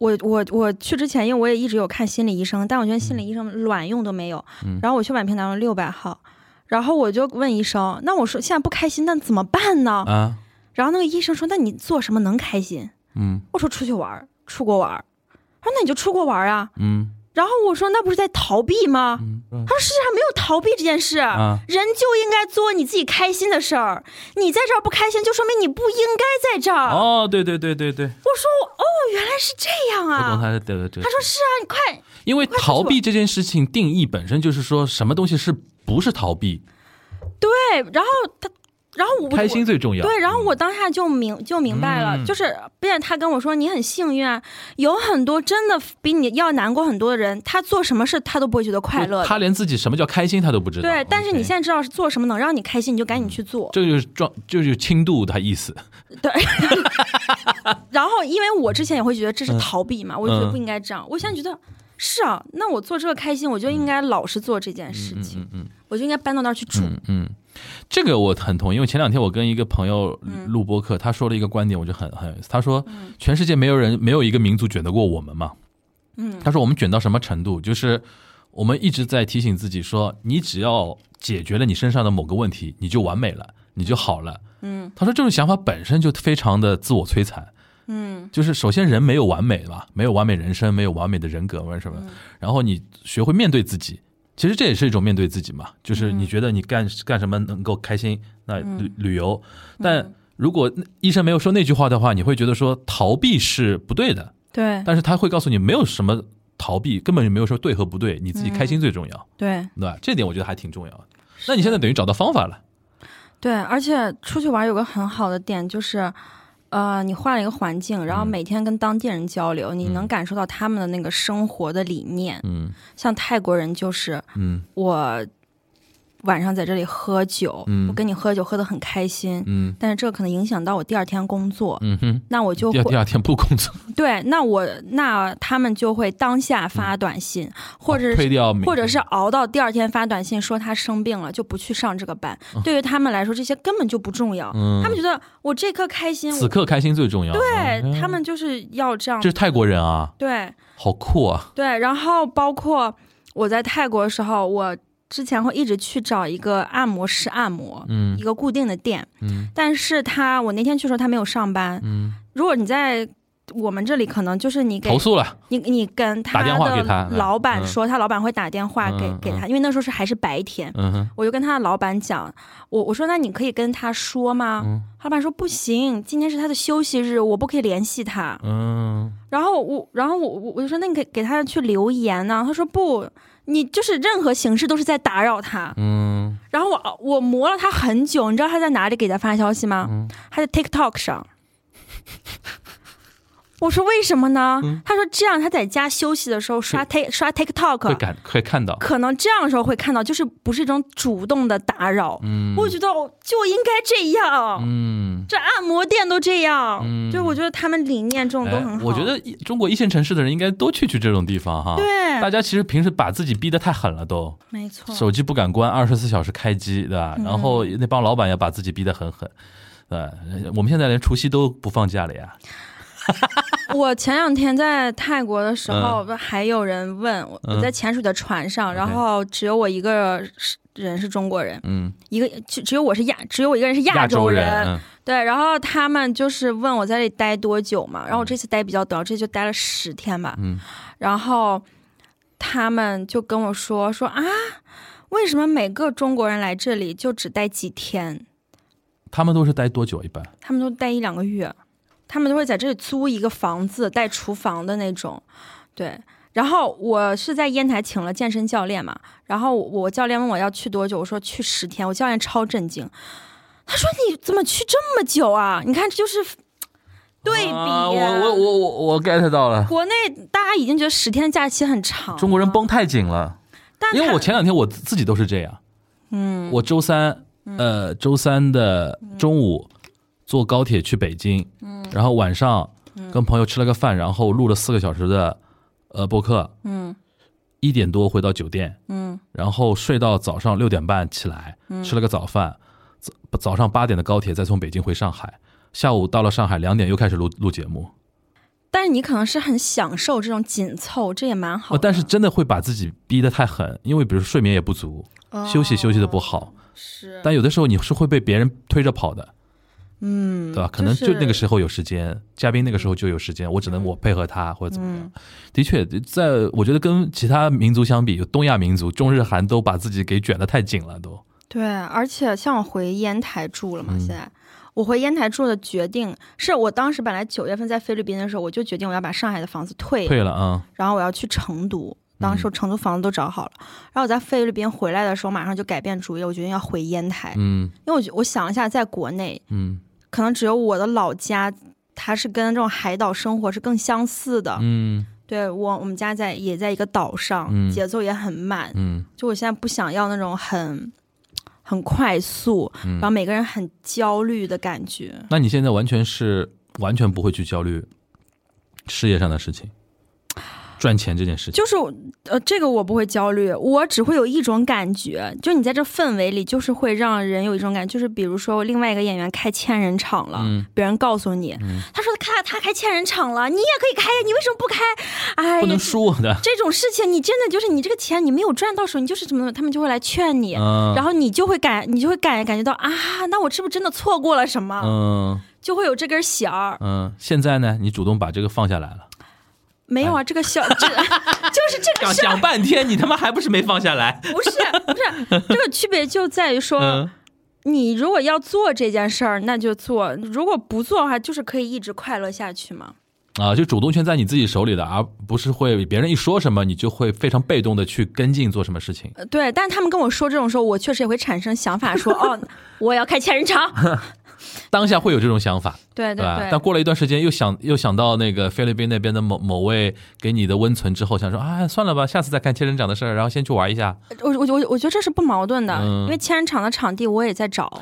Speaker 3: 我我我去之前，因为我也一直有看心理医生，但我觉得心
Speaker 2: 嗯
Speaker 3: 理医生卵用都没有。然后我去宛平南路六百号，然后我就问医生：“那我说现在不开心，那怎么办呢
Speaker 2: 啊，？”
Speaker 3: 然后那个医生说：“那你做什么能开心
Speaker 2: 嗯？”
Speaker 3: 我说：“出去玩儿，出国玩儿。”他说：“那你就出国玩儿啊。”
Speaker 2: 嗯
Speaker 3: 然后我说那不是在逃避吗？
Speaker 2: 嗯嗯
Speaker 3: 他说世界上没有逃避这件事，
Speaker 2: 啊
Speaker 3: 人就应该做你自己开心的事儿。你在这儿不开心，就说明你不应该在这儿。
Speaker 2: 哦，对对对对对，
Speaker 3: 我说哦，原来是这样
Speaker 2: 我懂
Speaker 3: 啊。
Speaker 2: 他的这个这个
Speaker 3: 他，说是啊，你快
Speaker 2: 因为逃避这件事情定义本身就是说什么东西是不是逃避，
Speaker 3: 对。哎然后他，然后我
Speaker 2: 开心最重要。
Speaker 3: 对，然后我当下就明就明白了，
Speaker 2: 嗯
Speaker 3: 就是并且他跟我说你很幸运啊，有很多真的比你要难过很多的人，他做什么事他都不会觉得快乐的。
Speaker 2: 他连自己什么叫开心他都不知道。
Speaker 3: 对，但是你
Speaker 2: OK 嗯
Speaker 3: 现在知道是做什么能让你开心，你就赶紧去做。
Speaker 2: 这就是状，这就是轻度的意思。
Speaker 3: 然后，因为我之前也会觉得这是逃避嘛，我就
Speaker 2: 嗯
Speaker 3: 觉得不应该这样。我现在觉得是啊，那我做这个开心，我就应该老实做这件事情，我就应该搬到那儿去住。
Speaker 2: 嗯，这个我很同意，因为前两天我跟一个朋友录播客，他说了一个观点，我就很很有意思。他说，全世界没有人没有一个民族卷得过我们嘛。嗯，他说我们卷到什么程度？就是我们一直在提醒自己说，你只要解决了你身上的某个问题，你就完美了，你就好了。嗯，他说这种想法本身就非常的自我摧残。就是首先人没有完美吧，没有完美人生，没有完美的人格或者什么的，然后你学会面对自己，其实这也是一种面对自己嘛，
Speaker 3: 嗯
Speaker 2: 就是你觉得你干、干什么能够开心，那旅旅游，
Speaker 3: 嗯
Speaker 2: 但如果医生没有说那句话的话，你会觉得说逃避是不对的，
Speaker 3: 对
Speaker 2: 但是他会告诉你没有什么逃避，根本就没有说对和不对，你自己开心最重要，
Speaker 3: 对
Speaker 2: 对吧？这点我觉得还挺重要的。那你现在等于找到方法了，
Speaker 3: 对，而且出去玩有个很好的点就是。呃，你换了一个环境，
Speaker 2: 嗯
Speaker 3: 然后每天跟当地人交流，你能感受到他们的那个生活的理念。
Speaker 2: 嗯
Speaker 3: 像泰国人就是，
Speaker 2: 嗯
Speaker 3: 我晚上在这里喝酒，
Speaker 2: 嗯
Speaker 3: 我跟你喝酒喝得很开心，
Speaker 2: 嗯
Speaker 3: 但是这可能影响到我第二天工作，
Speaker 2: 嗯哼，
Speaker 3: 那我就
Speaker 2: 第
Speaker 3: 会
Speaker 2: 二第二天不工作，
Speaker 3: 对，那我那他们就会当下发短信，或者
Speaker 2: 嗯哦推
Speaker 3: 是
Speaker 2: 掉明，
Speaker 3: 或者是熬到第二天发短信说他生病了，就不去上这个班。对于他们来说，这些根本就不重要。
Speaker 2: 哦嗯
Speaker 3: 他们觉得我这刻开心，
Speaker 2: 此
Speaker 3: 我
Speaker 2: 刻开心最重要，
Speaker 3: 对、
Speaker 2: 嗯
Speaker 3: 他们就是要这样
Speaker 2: 这。是泰国人啊，
Speaker 3: 对
Speaker 2: 好酷啊！
Speaker 3: 对，然后包括我在泰国的时候，我之前会一直去找一个按摩师按摩，
Speaker 2: 嗯
Speaker 3: 一个固定的店，
Speaker 2: 嗯
Speaker 3: 但是他我那天去的时候他没有上班。
Speaker 2: 嗯
Speaker 3: 如果你在我们这里可能就是你给
Speaker 2: 投诉了，
Speaker 3: 你你跟
Speaker 2: 打
Speaker 3: 他
Speaker 2: 电话给他
Speaker 3: 的老板
Speaker 2: 嗯
Speaker 3: 说，他老板会打电话给、
Speaker 2: 嗯
Speaker 3: 给
Speaker 2: 嗯
Speaker 3: 他，因为那时候是还是白天，
Speaker 2: 嗯哼，
Speaker 3: 我就跟他的老板讲，我我说那你可以跟他说吗？
Speaker 2: 嗯
Speaker 3: 他老板说不行，今天是他的休息日，我不可以联系他。
Speaker 2: 嗯，
Speaker 3: 然后我，然后我我我就说那你给给他去留言呢、他说不，你就是任何形式都是在打扰他。
Speaker 2: 嗯，
Speaker 3: 然后我我磨了他很久，你知道他在哪里给他发消息吗？
Speaker 2: 嗯
Speaker 3: 他在 TikTok 上。 我说为什么呢？
Speaker 2: 嗯
Speaker 3: 他说这样他在家休息的时候刷 Tik 刷
Speaker 2: 会
Speaker 3: TikTok，
Speaker 2: 感会看到，
Speaker 3: 可能这样的时候会看到，就是不是一种主动的打扰。
Speaker 2: 嗯
Speaker 3: 我觉得哦就应该这样，
Speaker 2: 嗯。
Speaker 3: 这按摩店都这样，
Speaker 2: 嗯
Speaker 3: 就是我觉得他们理念这种都
Speaker 2: 哎
Speaker 3: 很好。
Speaker 2: 我觉得一中国一线城市的人应该多去去这种地方哈。
Speaker 3: 对
Speaker 2: 大家其实平时把自己逼得太狠了都，
Speaker 3: 没错，
Speaker 2: 手机不敢关，二十四小时开机，对
Speaker 3: 嗯
Speaker 2: 吧？然后那帮老板也把自己逼得很狠，对吧，我们现在连除夕都不放假了呀。
Speaker 3: 我前两天在泰国的时候，不还有人问我，
Speaker 2: 嗯
Speaker 3: 我在潜水的船上，然后只有我一个是人是中国人，
Speaker 2: 嗯，
Speaker 3: 一个只只有我是亚，只有我一个人是
Speaker 2: 亚
Speaker 3: 洲
Speaker 2: 人，嗯
Speaker 3: 对，然后他们就是问我在这里待多久嘛，然后我这次待比较短，我这次就待了十天吧，
Speaker 2: 嗯
Speaker 3: 然后他们就跟我说说啊，为什么每个中国人来这里就只待几天？
Speaker 2: 他们都是待多久一般？
Speaker 3: 他们都待一两个月，他们都会在这里租一个房子带厨房的那种，对。然后我是在烟台请了健身教练嘛，然后我教练问我要去多久，我说去十天，我教练超震惊，他说你怎么去这么久啊？你看这就是对比、
Speaker 2: 啊我我我我我 get 到了，
Speaker 3: 国内大家已经觉得十天假期很长，
Speaker 2: 中国人，绷太紧了。
Speaker 3: 但
Speaker 2: 因为
Speaker 3: 他
Speaker 2: 我前两天我自自己都是这样，嗯，我周三，呃，周三的中午坐高铁去北京，嗯，然后晚上跟朋友吃了个饭，然后录了四个小时的呃播客，
Speaker 3: 嗯
Speaker 2: 一点多回到酒店，
Speaker 3: 嗯
Speaker 2: 然后睡到早上六点半起来，吃了个早饭，早早上八点的高铁再从北京回上海，下午到了上海两点又开始录录节目，
Speaker 3: 但是你可能是很享受这种紧凑，这也蛮好
Speaker 2: 呃
Speaker 3: 的。
Speaker 2: 但是真的会把自己逼得太狠，因为比如睡眠也不足，休息休息的不好。
Speaker 3: 是，
Speaker 2: 但有的时候你是会被别人推着跑的，
Speaker 3: 嗯，
Speaker 2: 对吧？可能
Speaker 3: 就嗯
Speaker 2: 就是那个时候有时间，嘉宾那个时候就有时间，我只能我配合他或者怎么样。的确，在我觉得跟其他民族相比，有东亚民族、中日韩都把自己给卷得太紧了，都。
Speaker 3: 对，而且像我回烟台住了嘛，
Speaker 2: 嗯
Speaker 3: 现在我回烟台住的决定是我当时本来九月份在菲律宾的时候，我就决定我要把上海的房子退，
Speaker 2: 退嗯了啊，
Speaker 3: 然后我要去成都。当时我成都房子都找好了，然后我在菲律宾回来的时候，马上就改变主意，我决定要回烟台，
Speaker 2: 嗯
Speaker 3: 因为我觉我想了一下，在国内
Speaker 2: 嗯
Speaker 3: 可能只有我的老家，它是跟这种海岛生活是更相似的。
Speaker 2: 嗯
Speaker 3: 对我，我们家在也在一个岛上，
Speaker 2: 嗯
Speaker 3: 节奏也很慢，
Speaker 2: 嗯
Speaker 3: 就我现在不想要那种很很快速，
Speaker 2: 嗯
Speaker 3: 然后每个人很焦虑的感觉。
Speaker 2: 那你现在完全是完全不会去焦虑事业上的事情，赚钱这件事情。
Speaker 3: 就是呃，这个我不会焦虑，我只会有一种感觉，就你在这氛围里，就是会让人有一种感觉，就是比如说另外一个演员开千人场了，
Speaker 2: 嗯
Speaker 3: 别人告诉你，他说他他开千人场了，你也可以开呀，你为什么不开？哎
Speaker 2: 不
Speaker 3: 呀
Speaker 2: 能，输我的，
Speaker 3: 这种事情你真的就是你这个钱你没有赚到手，你就是怎么怎么，他们就会来劝你，
Speaker 2: 嗯
Speaker 3: 然后你就会感你就会感感觉到啊，那我是不是真的错过了什么？
Speaker 2: 嗯
Speaker 3: 就会有这根弦儿。
Speaker 2: 嗯，现在呢，你主动把这个放下来了，
Speaker 3: 没
Speaker 2: 哎
Speaker 3: 有啊，这个小这 就是这个
Speaker 2: 想
Speaker 3: 事儿，
Speaker 2: 想半天，你他妈还不是没放下来？
Speaker 3: 不是 不是这个区别就在于说，
Speaker 2: 嗯
Speaker 3: 你如果要做这件事儿，那就做；如果不做的话，就是可以一直快乐下去嘛。
Speaker 2: 啊，就主动权在你自己手里的，而不是会别人一说什么，你就会非常被动的去跟进做什么事情。
Speaker 3: 呃对，但他们跟我说这种时候，我确实也会产生想法 说，哦，我要开千人场。
Speaker 2: 当下会有这种想法，
Speaker 3: 对
Speaker 2: 呃对
Speaker 3: 对
Speaker 2: 吧？
Speaker 3: 对，
Speaker 2: 但过了一段时间，又想又想到那个菲律宾那边的某某位给你的温存之后，想说啊，算了吧，下次再看千人掌的事儿，然后先去玩一下。
Speaker 3: 我我我我觉得这是不矛盾的，
Speaker 2: 嗯
Speaker 3: 因为千人场的场地我也在找，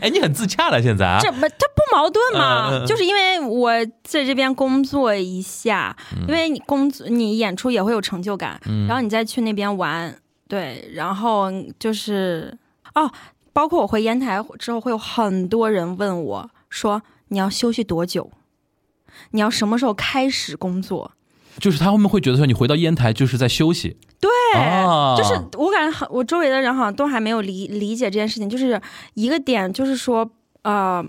Speaker 2: 哎，你很自洽了，现在啊
Speaker 3: 这不它不矛盾嘛？
Speaker 2: 嗯嗯嗯
Speaker 3: 就是因为我在这边工作一下，
Speaker 2: 嗯
Speaker 3: 因为你工作你演出也会有成就感，然后你再去那边玩，对，然后就是哦，包括我回烟台之后，会有很多人问我说你要休息多久？你要什么时候开始工作？
Speaker 2: 就是他们会觉得说你回到烟台就是在休息，
Speaker 3: 对，
Speaker 2: 哦
Speaker 3: 就是我感觉很，我周围的人好像都还没有理理解这件事情，就是一个点，就是说，呃，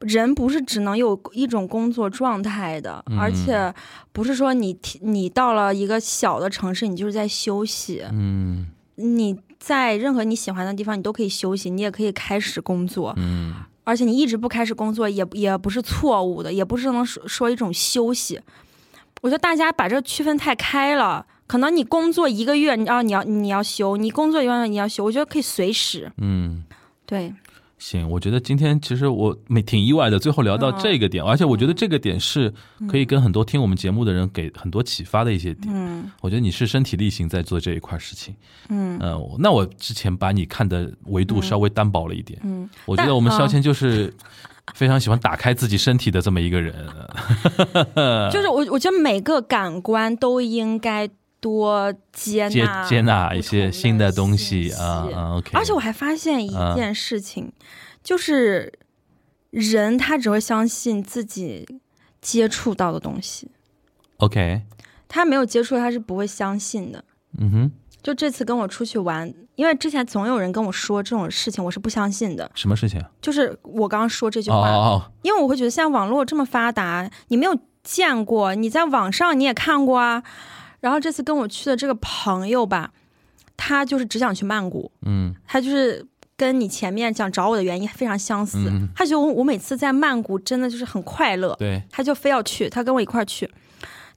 Speaker 3: 人不是只能有一种工作状态的，
Speaker 2: 嗯
Speaker 3: 而且不是说你提你到了一个小的城市，你就是在休息，
Speaker 2: 嗯
Speaker 3: 你在任何你喜欢的地方，你都可以休息，你也可以开始工作，
Speaker 2: 嗯
Speaker 3: 而且你一直不开始工作也也不是错误的，也不是能说说一种休息。我觉得大家把这区分太开了，可能你工作一个月，你啊你要你要休，你工作一个月你要休，我觉得可以随时
Speaker 2: 嗯，
Speaker 3: 对，
Speaker 2: 行，我觉得今天其实我没挺意外的，最后聊
Speaker 3: 嗯
Speaker 2: 到这个点，而且我觉得这个点是可以跟很多听我们节目的人给很多启发的一些点。
Speaker 3: 嗯
Speaker 2: 我觉得你是身体力行在做这一块事情，
Speaker 3: 嗯
Speaker 2: 嗯、我那我之前把你看的维度稍微单薄了一点，
Speaker 3: 嗯，
Speaker 2: 我觉
Speaker 3: 但
Speaker 2: 得我们
Speaker 3: 啊
Speaker 2: 肖谦就是非常喜欢打开自己身体的这么一 个人，
Speaker 3: 就是我我觉得每个感官都应该多接
Speaker 2: 接
Speaker 3: 纳
Speaker 2: 接纳一
Speaker 3: 不同
Speaker 2: 些
Speaker 3: 的
Speaker 2: 新的东
Speaker 3: 信
Speaker 2: 西
Speaker 3: 息
Speaker 2: 啊啊，OK。
Speaker 3: 而且我还发现一
Speaker 2: 啊
Speaker 3: 件事情，就是人他只会相信自己接触到的东西，
Speaker 2: OK，
Speaker 3: 他没有接触他是不会相信的。
Speaker 2: 嗯哼，
Speaker 3: 就这次跟我出去玩，因为之前总有人跟我说这种事情，我是不相信的。
Speaker 2: 什么事情？啊
Speaker 3: 就是我刚刚说这句
Speaker 2: 哦
Speaker 3: 话，
Speaker 2: 哦
Speaker 3: 因为我会觉得现在网络这么发达，你没有见过，你在网上你也看过啊。然后这次跟我去的这个朋友吧，他就是只想去曼谷，
Speaker 2: 哦，嗯
Speaker 3: 他就是跟你前面想找我的原因非常相似。
Speaker 2: 嗯，
Speaker 3: 他觉得我我每次在曼谷真的就是很快乐，
Speaker 2: 对，
Speaker 3: 他就非要去，他跟我一块儿去。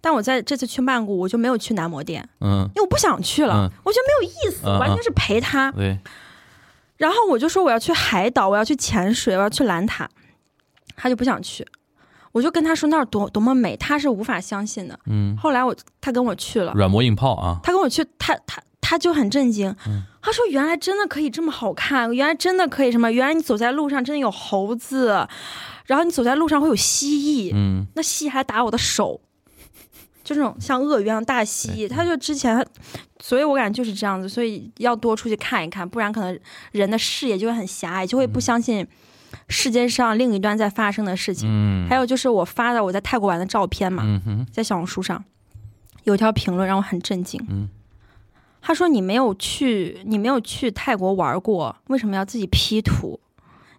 Speaker 3: 但我在这次去曼谷，我就没有去男模店，
Speaker 2: 嗯
Speaker 3: 因为我不想去了，
Speaker 2: 嗯
Speaker 3: 我觉得没有意思，
Speaker 2: 嗯嗯
Speaker 3: 完全是陪他。
Speaker 2: 对，
Speaker 3: 然后我就说我要去海岛，我要去潜水，我要去蓝塔，他就不想去。我就跟他说那儿多多么美，他是无法相信的。
Speaker 2: 嗯，
Speaker 3: 后来我他跟我去了，
Speaker 2: 软磨硬泡啊，
Speaker 3: 他跟我去，他他他就很震惊，
Speaker 2: 嗯
Speaker 3: 他说原来真的可以这么好看，原来真的可以什么，原来你走在路上真的有猴子，然后你走在路上会有蜥蜴，
Speaker 2: 嗯
Speaker 3: 那蜥蜴还打我的手， 就这种像鳄鱼一样的大蜥蜴，他就之前。所以我感觉就是这样子，所以要多出去看一看，不然可能人的视野就会很狭隘，就会
Speaker 2: 嗯
Speaker 3: 不相信世界上另一端在发生的事情。
Speaker 2: 嗯
Speaker 3: 还有就是我发的我在泰国玩的照片嘛，
Speaker 2: 嗯哼，
Speaker 3: 在小红书上有一条评论让我很震惊。
Speaker 2: 嗯
Speaker 3: 他说：“你没有去，你没有去泰国玩过，为什么要自己 P 图？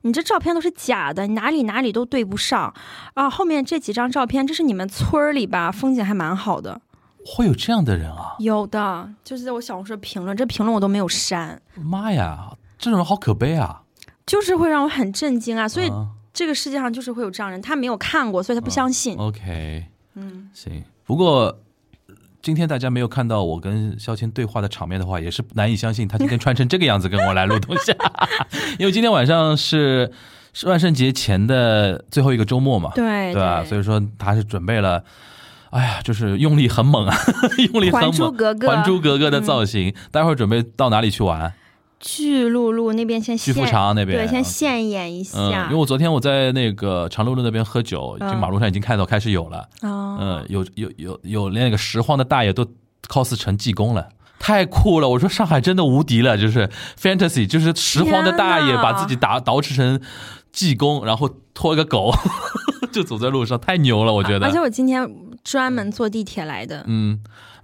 Speaker 3: 你这照片都是假的，你哪里哪里都对不上啊！后面这几张照片，这是你们村儿里吧，风景还蛮好的。
Speaker 2: 会有这样的人啊，
Speaker 3: 有的就是在我小红书的评论，这评论我都没有删，
Speaker 2: 妈呀，这种人好可悲啊，
Speaker 3: 就是会让我很震惊啊！所以
Speaker 2: 啊
Speaker 3: 这个世界上就是会有这样人，他没有看过，所以他不相信。
Speaker 2: 哦 OK，
Speaker 3: 嗯，
Speaker 2: 行，不过。今天大家没有看到我跟肖谦对话的场面的话，也是难以相信他今天穿成这个样子跟我来录东西，啊 因为今天晚上是是万圣节前的最后一个周末嘛，
Speaker 3: 对
Speaker 2: 对啊吧？所以说他是准备了，哎呀，就是用力很猛啊， 用力很
Speaker 3: 还
Speaker 2: 猛。
Speaker 3: 珠格格》嗯
Speaker 2: 还珠格格》的造型，待会儿准备到哪里去玩？
Speaker 3: 巨鹿路那边先
Speaker 2: 去
Speaker 3: 现
Speaker 2: 富长那边。啊
Speaker 3: 对，先现演一
Speaker 2: 嗯，
Speaker 3: 下
Speaker 2: 因为。我昨天我在那个长乐路那边喝酒，已经
Speaker 3: 嗯
Speaker 2: 马路上已经看到开始有了，
Speaker 3: 啊
Speaker 2: 嗯，有有有有连那个拾荒的大爷都 cos 成济公了。太酷了！我说上海真的无敌了，就是 fantasy，就是拾荒的大爷
Speaker 3: 天哪
Speaker 2: 把自己打捯饬成济公，然后拖个狗， 就走在路上，太牛了！我觉得，
Speaker 3: 而且我今天专门坐地铁来的，
Speaker 2: 嗯，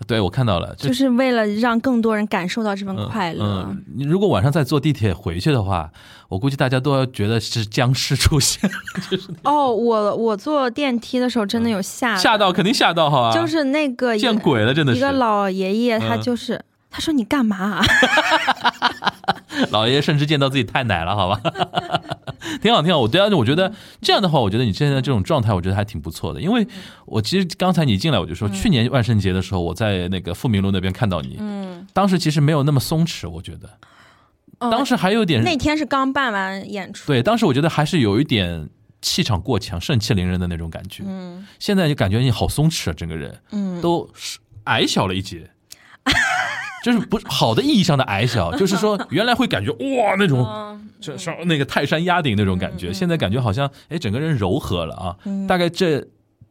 Speaker 2: 对我看到了，就
Speaker 3: 就是为了让更多人感受到这份
Speaker 2: 嗯
Speaker 3: 快乐。
Speaker 2: 嗯，你如果晚上再坐地铁回去的话，我估计大家都要觉得是僵尸出现，
Speaker 3: 哦，我我坐电梯的时候真的有吓
Speaker 2: 嗯
Speaker 3: 的
Speaker 2: 吓到肯定吓到好啊，
Speaker 3: 就是那个一个
Speaker 2: 见鬼了，真的
Speaker 3: 一
Speaker 2: 是
Speaker 3: 个老爷爷，他
Speaker 2: 嗯
Speaker 3: 就是、他说你干嘛啊、
Speaker 2: 老爷爷甚至见到自己太奶了，好吧， 挺好挺好。我对啊，我觉
Speaker 3: 嗯
Speaker 2: 得这样的话，我觉得你现在这种状态，我觉得还挺不错的。因为我其实刚才你进来，我就
Speaker 3: 嗯
Speaker 2: 说去年万圣节的时候，我在那个富民路那边看到你，
Speaker 3: 嗯，
Speaker 2: 当时其实没有那么松弛，我觉得
Speaker 3: 哦
Speaker 2: 当时还有点
Speaker 3: 那天是刚办完演出，
Speaker 2: 对，当时我觉得还是有一点气场过强、盛气凌人的那种感觉。
Speaker 3: 嗯
Speaker 2: 现在就感觉你好松弛啊，整个人
Speaker 3: 嗯，
Speaker 2: 都是矮小了一 截，就是不是好的意义上的矮小，就是说原来会感觉哇那种
Speaker 3: 嗯
Speaker 2: 就像那个泰山压顶那种感觉，现在感觉好像哎整个人柔和了啊。
Speaker 3: 嗯
Speaker 2: 大概这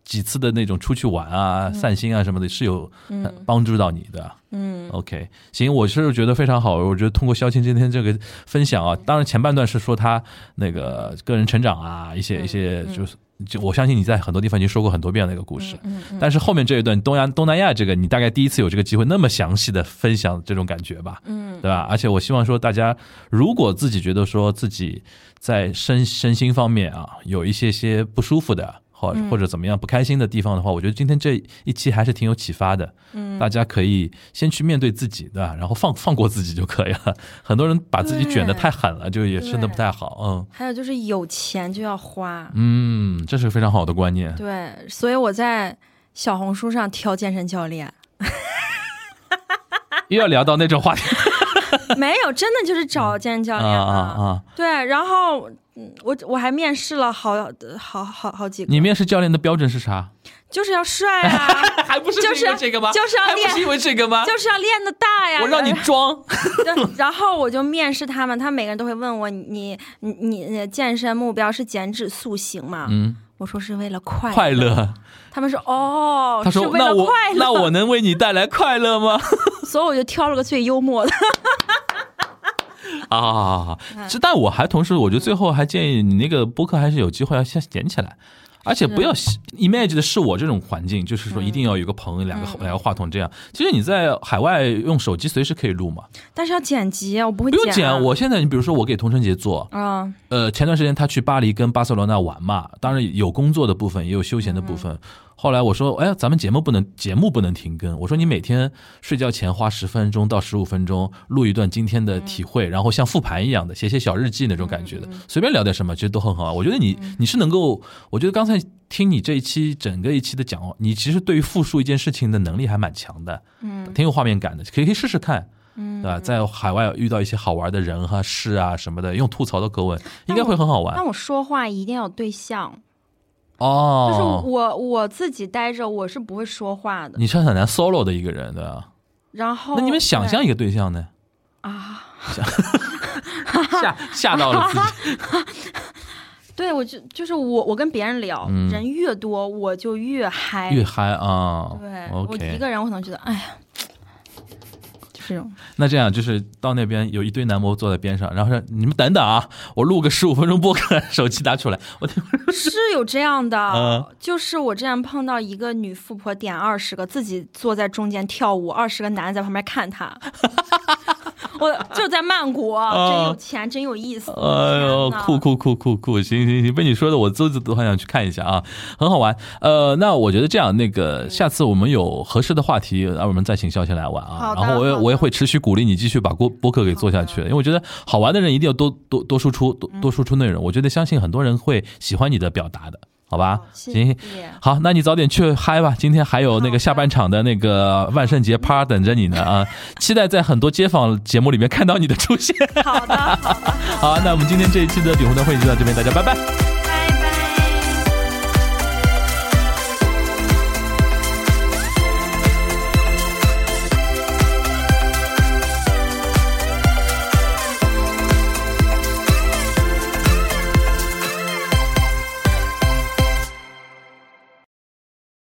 Speaker 2: 几次的那种出去玩啊、散心啊什么的，是有呃帮助到你的。
Speaker 3: 嗯
Speaker 2: OK，行，我是觉得非常好。我觉得通过肖青今天这个分享啊，当然前半段是说他那个个人成长啊，一些一些就是就我相信你在很多地方已经说过很多遍那个故事，但是后面这一段东亚东南亚这个，你大概第一次有这个机会那么详细的分享这种感觉吧，嗯，对吧？而且我希望说大家如果自己觉得说自己在身身心方面啊有一些些不舒服的。或或者怎么样不开心的地方的话，我觉得今天这一期还是挺有启发的。嗯，大家可以先去面对自己，对吧？然后放放过自己就可以了。很多人把自己卷得太狠了，就也真的不太好。嗯
Speaker 3: 还有就是有钱就要花，
Speaker 2: 嗯，这是非常好的观念。
Speaker 3: 对，所以我在小红书上挑健身教练，
Speaker 2: 又要聊到那种话题
Speaker 3: 没有，真的就是找健身教
Speaker 2: 啊
Speaker 3: 练
Speaker 2: 啊
Speaker 3: 啊
Speaker 2: 啊！
Speaker 3: 对，然后嗯我我还面试了好好好好几个，
Speaker 2: 你面试教练的标准是啥？
Speaker 3: 就是要帅啊，
Speaker 2: 还不是
Speaker 3: 就是
Speaker 2: 因为这个吗？
Speaker 3: 就是要
Speaker 2: 还不
Speaker 3: 练
Speaker 2: 是因为这个吗？
Speaker 3: 就是啊要练的大呀。
Speaker 2: 我让你 装，
Speaker 3: 对，然后我就面试他们，他们每个人都会问我，你你你你健身目标是减脂塑形吗？
Speaker 2: 嗯，
Speaker 3: 我说是为了快
Speaker 2: 快乐。
Speaker 3: 他们说哦，
Speaker 2: 他
Speaker 3: 是
Speaker 2: 说：“
Speaker 3: 为
Speaker 2: 那
Speaker 3: 了
Speaker 2: 我
Speaker 3: 快乐，
Speaker 2: 那我能为你带来快乐 吗？”
Speaker 3: 所以我就挑了个最幽默的。
Speaker 2: 啊好好好
Speaker 3: 嗯
Speaker 2: 好，这但我还同时，我觉得最后还建议你那个播客还是有机会要先捡起来，而且
Speaker 3: 嗯
Speaker 2: 不要 image 的是我这种环境，就是说一定要有个朋友，两
Speaker 3: 嗯
Speaker 2: 个两个话筒这样。其实你在海外用手机随时可以录嘛，
Speaker 3: 但是要剪辑，我不会
Speaker 2: 不用
Speaker 3: 剪啊。
Speaker 2: 剪。我现在你比如说我给童晨杰做，
Speaker 3: 啊，
Speaker 2: 呃，前段时间他去巴黎跟巴塞罗那玩嘛，当然有工作的部分，也有休闲的部分。后来我说，哎，咱们节目不能节目不能停更。我说你每天睡觉前花十分钟到十五分钟录一段今天的体
Speaker 3: 嗯
Speaker 2: 会，然后像复盘一样的写写小日记那种感觉的，随便聊点什么，其实都很好啊。我觉得你你是能够，我觉得刚才听你这一期整个一期的讲哦，你其实对于复述一件事情的能力还蛮强的，嗯，挺有画面感的，可以可以试试看。
Speaker 3: 嗯
Speaker 2: 对吧？在海外遇到一些好玩的人哈、事啊什么的，用吐槽的口吻，应该会很好玩
Speaker 3: 但我说话一定要有对象，就是
Speaker 2: 哦。
Speaker 3: 我我自己待着我是不会说话的。
Speaker 2: 你是很难 solo 的一个人，对吧？
Speaker 3: 然后
Speaker 2: 那你们想象一个对象呢？
Speaker 3: 哦啊，
Speaker 2: 吓吓到了自己，
Speaker 3: 对我就就是我我跟别人聊，
Speaker 2: 嗯
Speaker 3: 人越多我就越嗨，
Speaker 2: 越嗨啊！
Speaker 3: 哎对我一
Speaker 2: ，OK。
Speaker 3: 个人我可能觉得哎呀，就是 这种。
Speaker 2: 那这样就是到那边有一堆男模坐在边上，然后说你们等等啊，我录个十五分钟播客， 手机拿出来，我
Speaker 3: 是有这样的，
Speaker 2: 嗯
Speaker 3: 就是我之前碰到一个女富婆点二十个，自己坐在中间跳舞，二十个男的在旁边看她。 我就在曼谷，真有钱，真有意思。
Speaker 2: 啊哎呦，
Speaker 3: 天哪
Speaker 2: 酷酷酷酷酷！行行行，被你说的我都都很想去看一下啊，很好玩。呃，那我觉得这样，那个下次我们有合适的话题，让我们再请肖贤来玩啊。
Speaker 3: 好的
Speaker 2: 然后我也
Speaker 3: 好的
Speaker 2: 我也会持续鼓励你继续把播播客给做下去，因为我觉得好玩的人一定要多多多输出，多多输出内容。我觉得相信很多人会喜欢你的表达的，好吧？
Speaker 3: 谢
Speaker 2: 行
Speaker 3: 谢
Speaker 2: 行。好，那你早点去嗨吧！今天还有那
Speaker 3: 好
Speaker 2: 个
Speaker 3: 的
Speaker 2: 下半场的那个万圣节趴等着你呢啊！期待在很多街坊节目里面看到你的出现。
Speaker 3: 好的，好的，
Speaker 2: 好，那我们今天这一期的丙红灯会就到这边，大家拜拜。
Speaker 3: 拜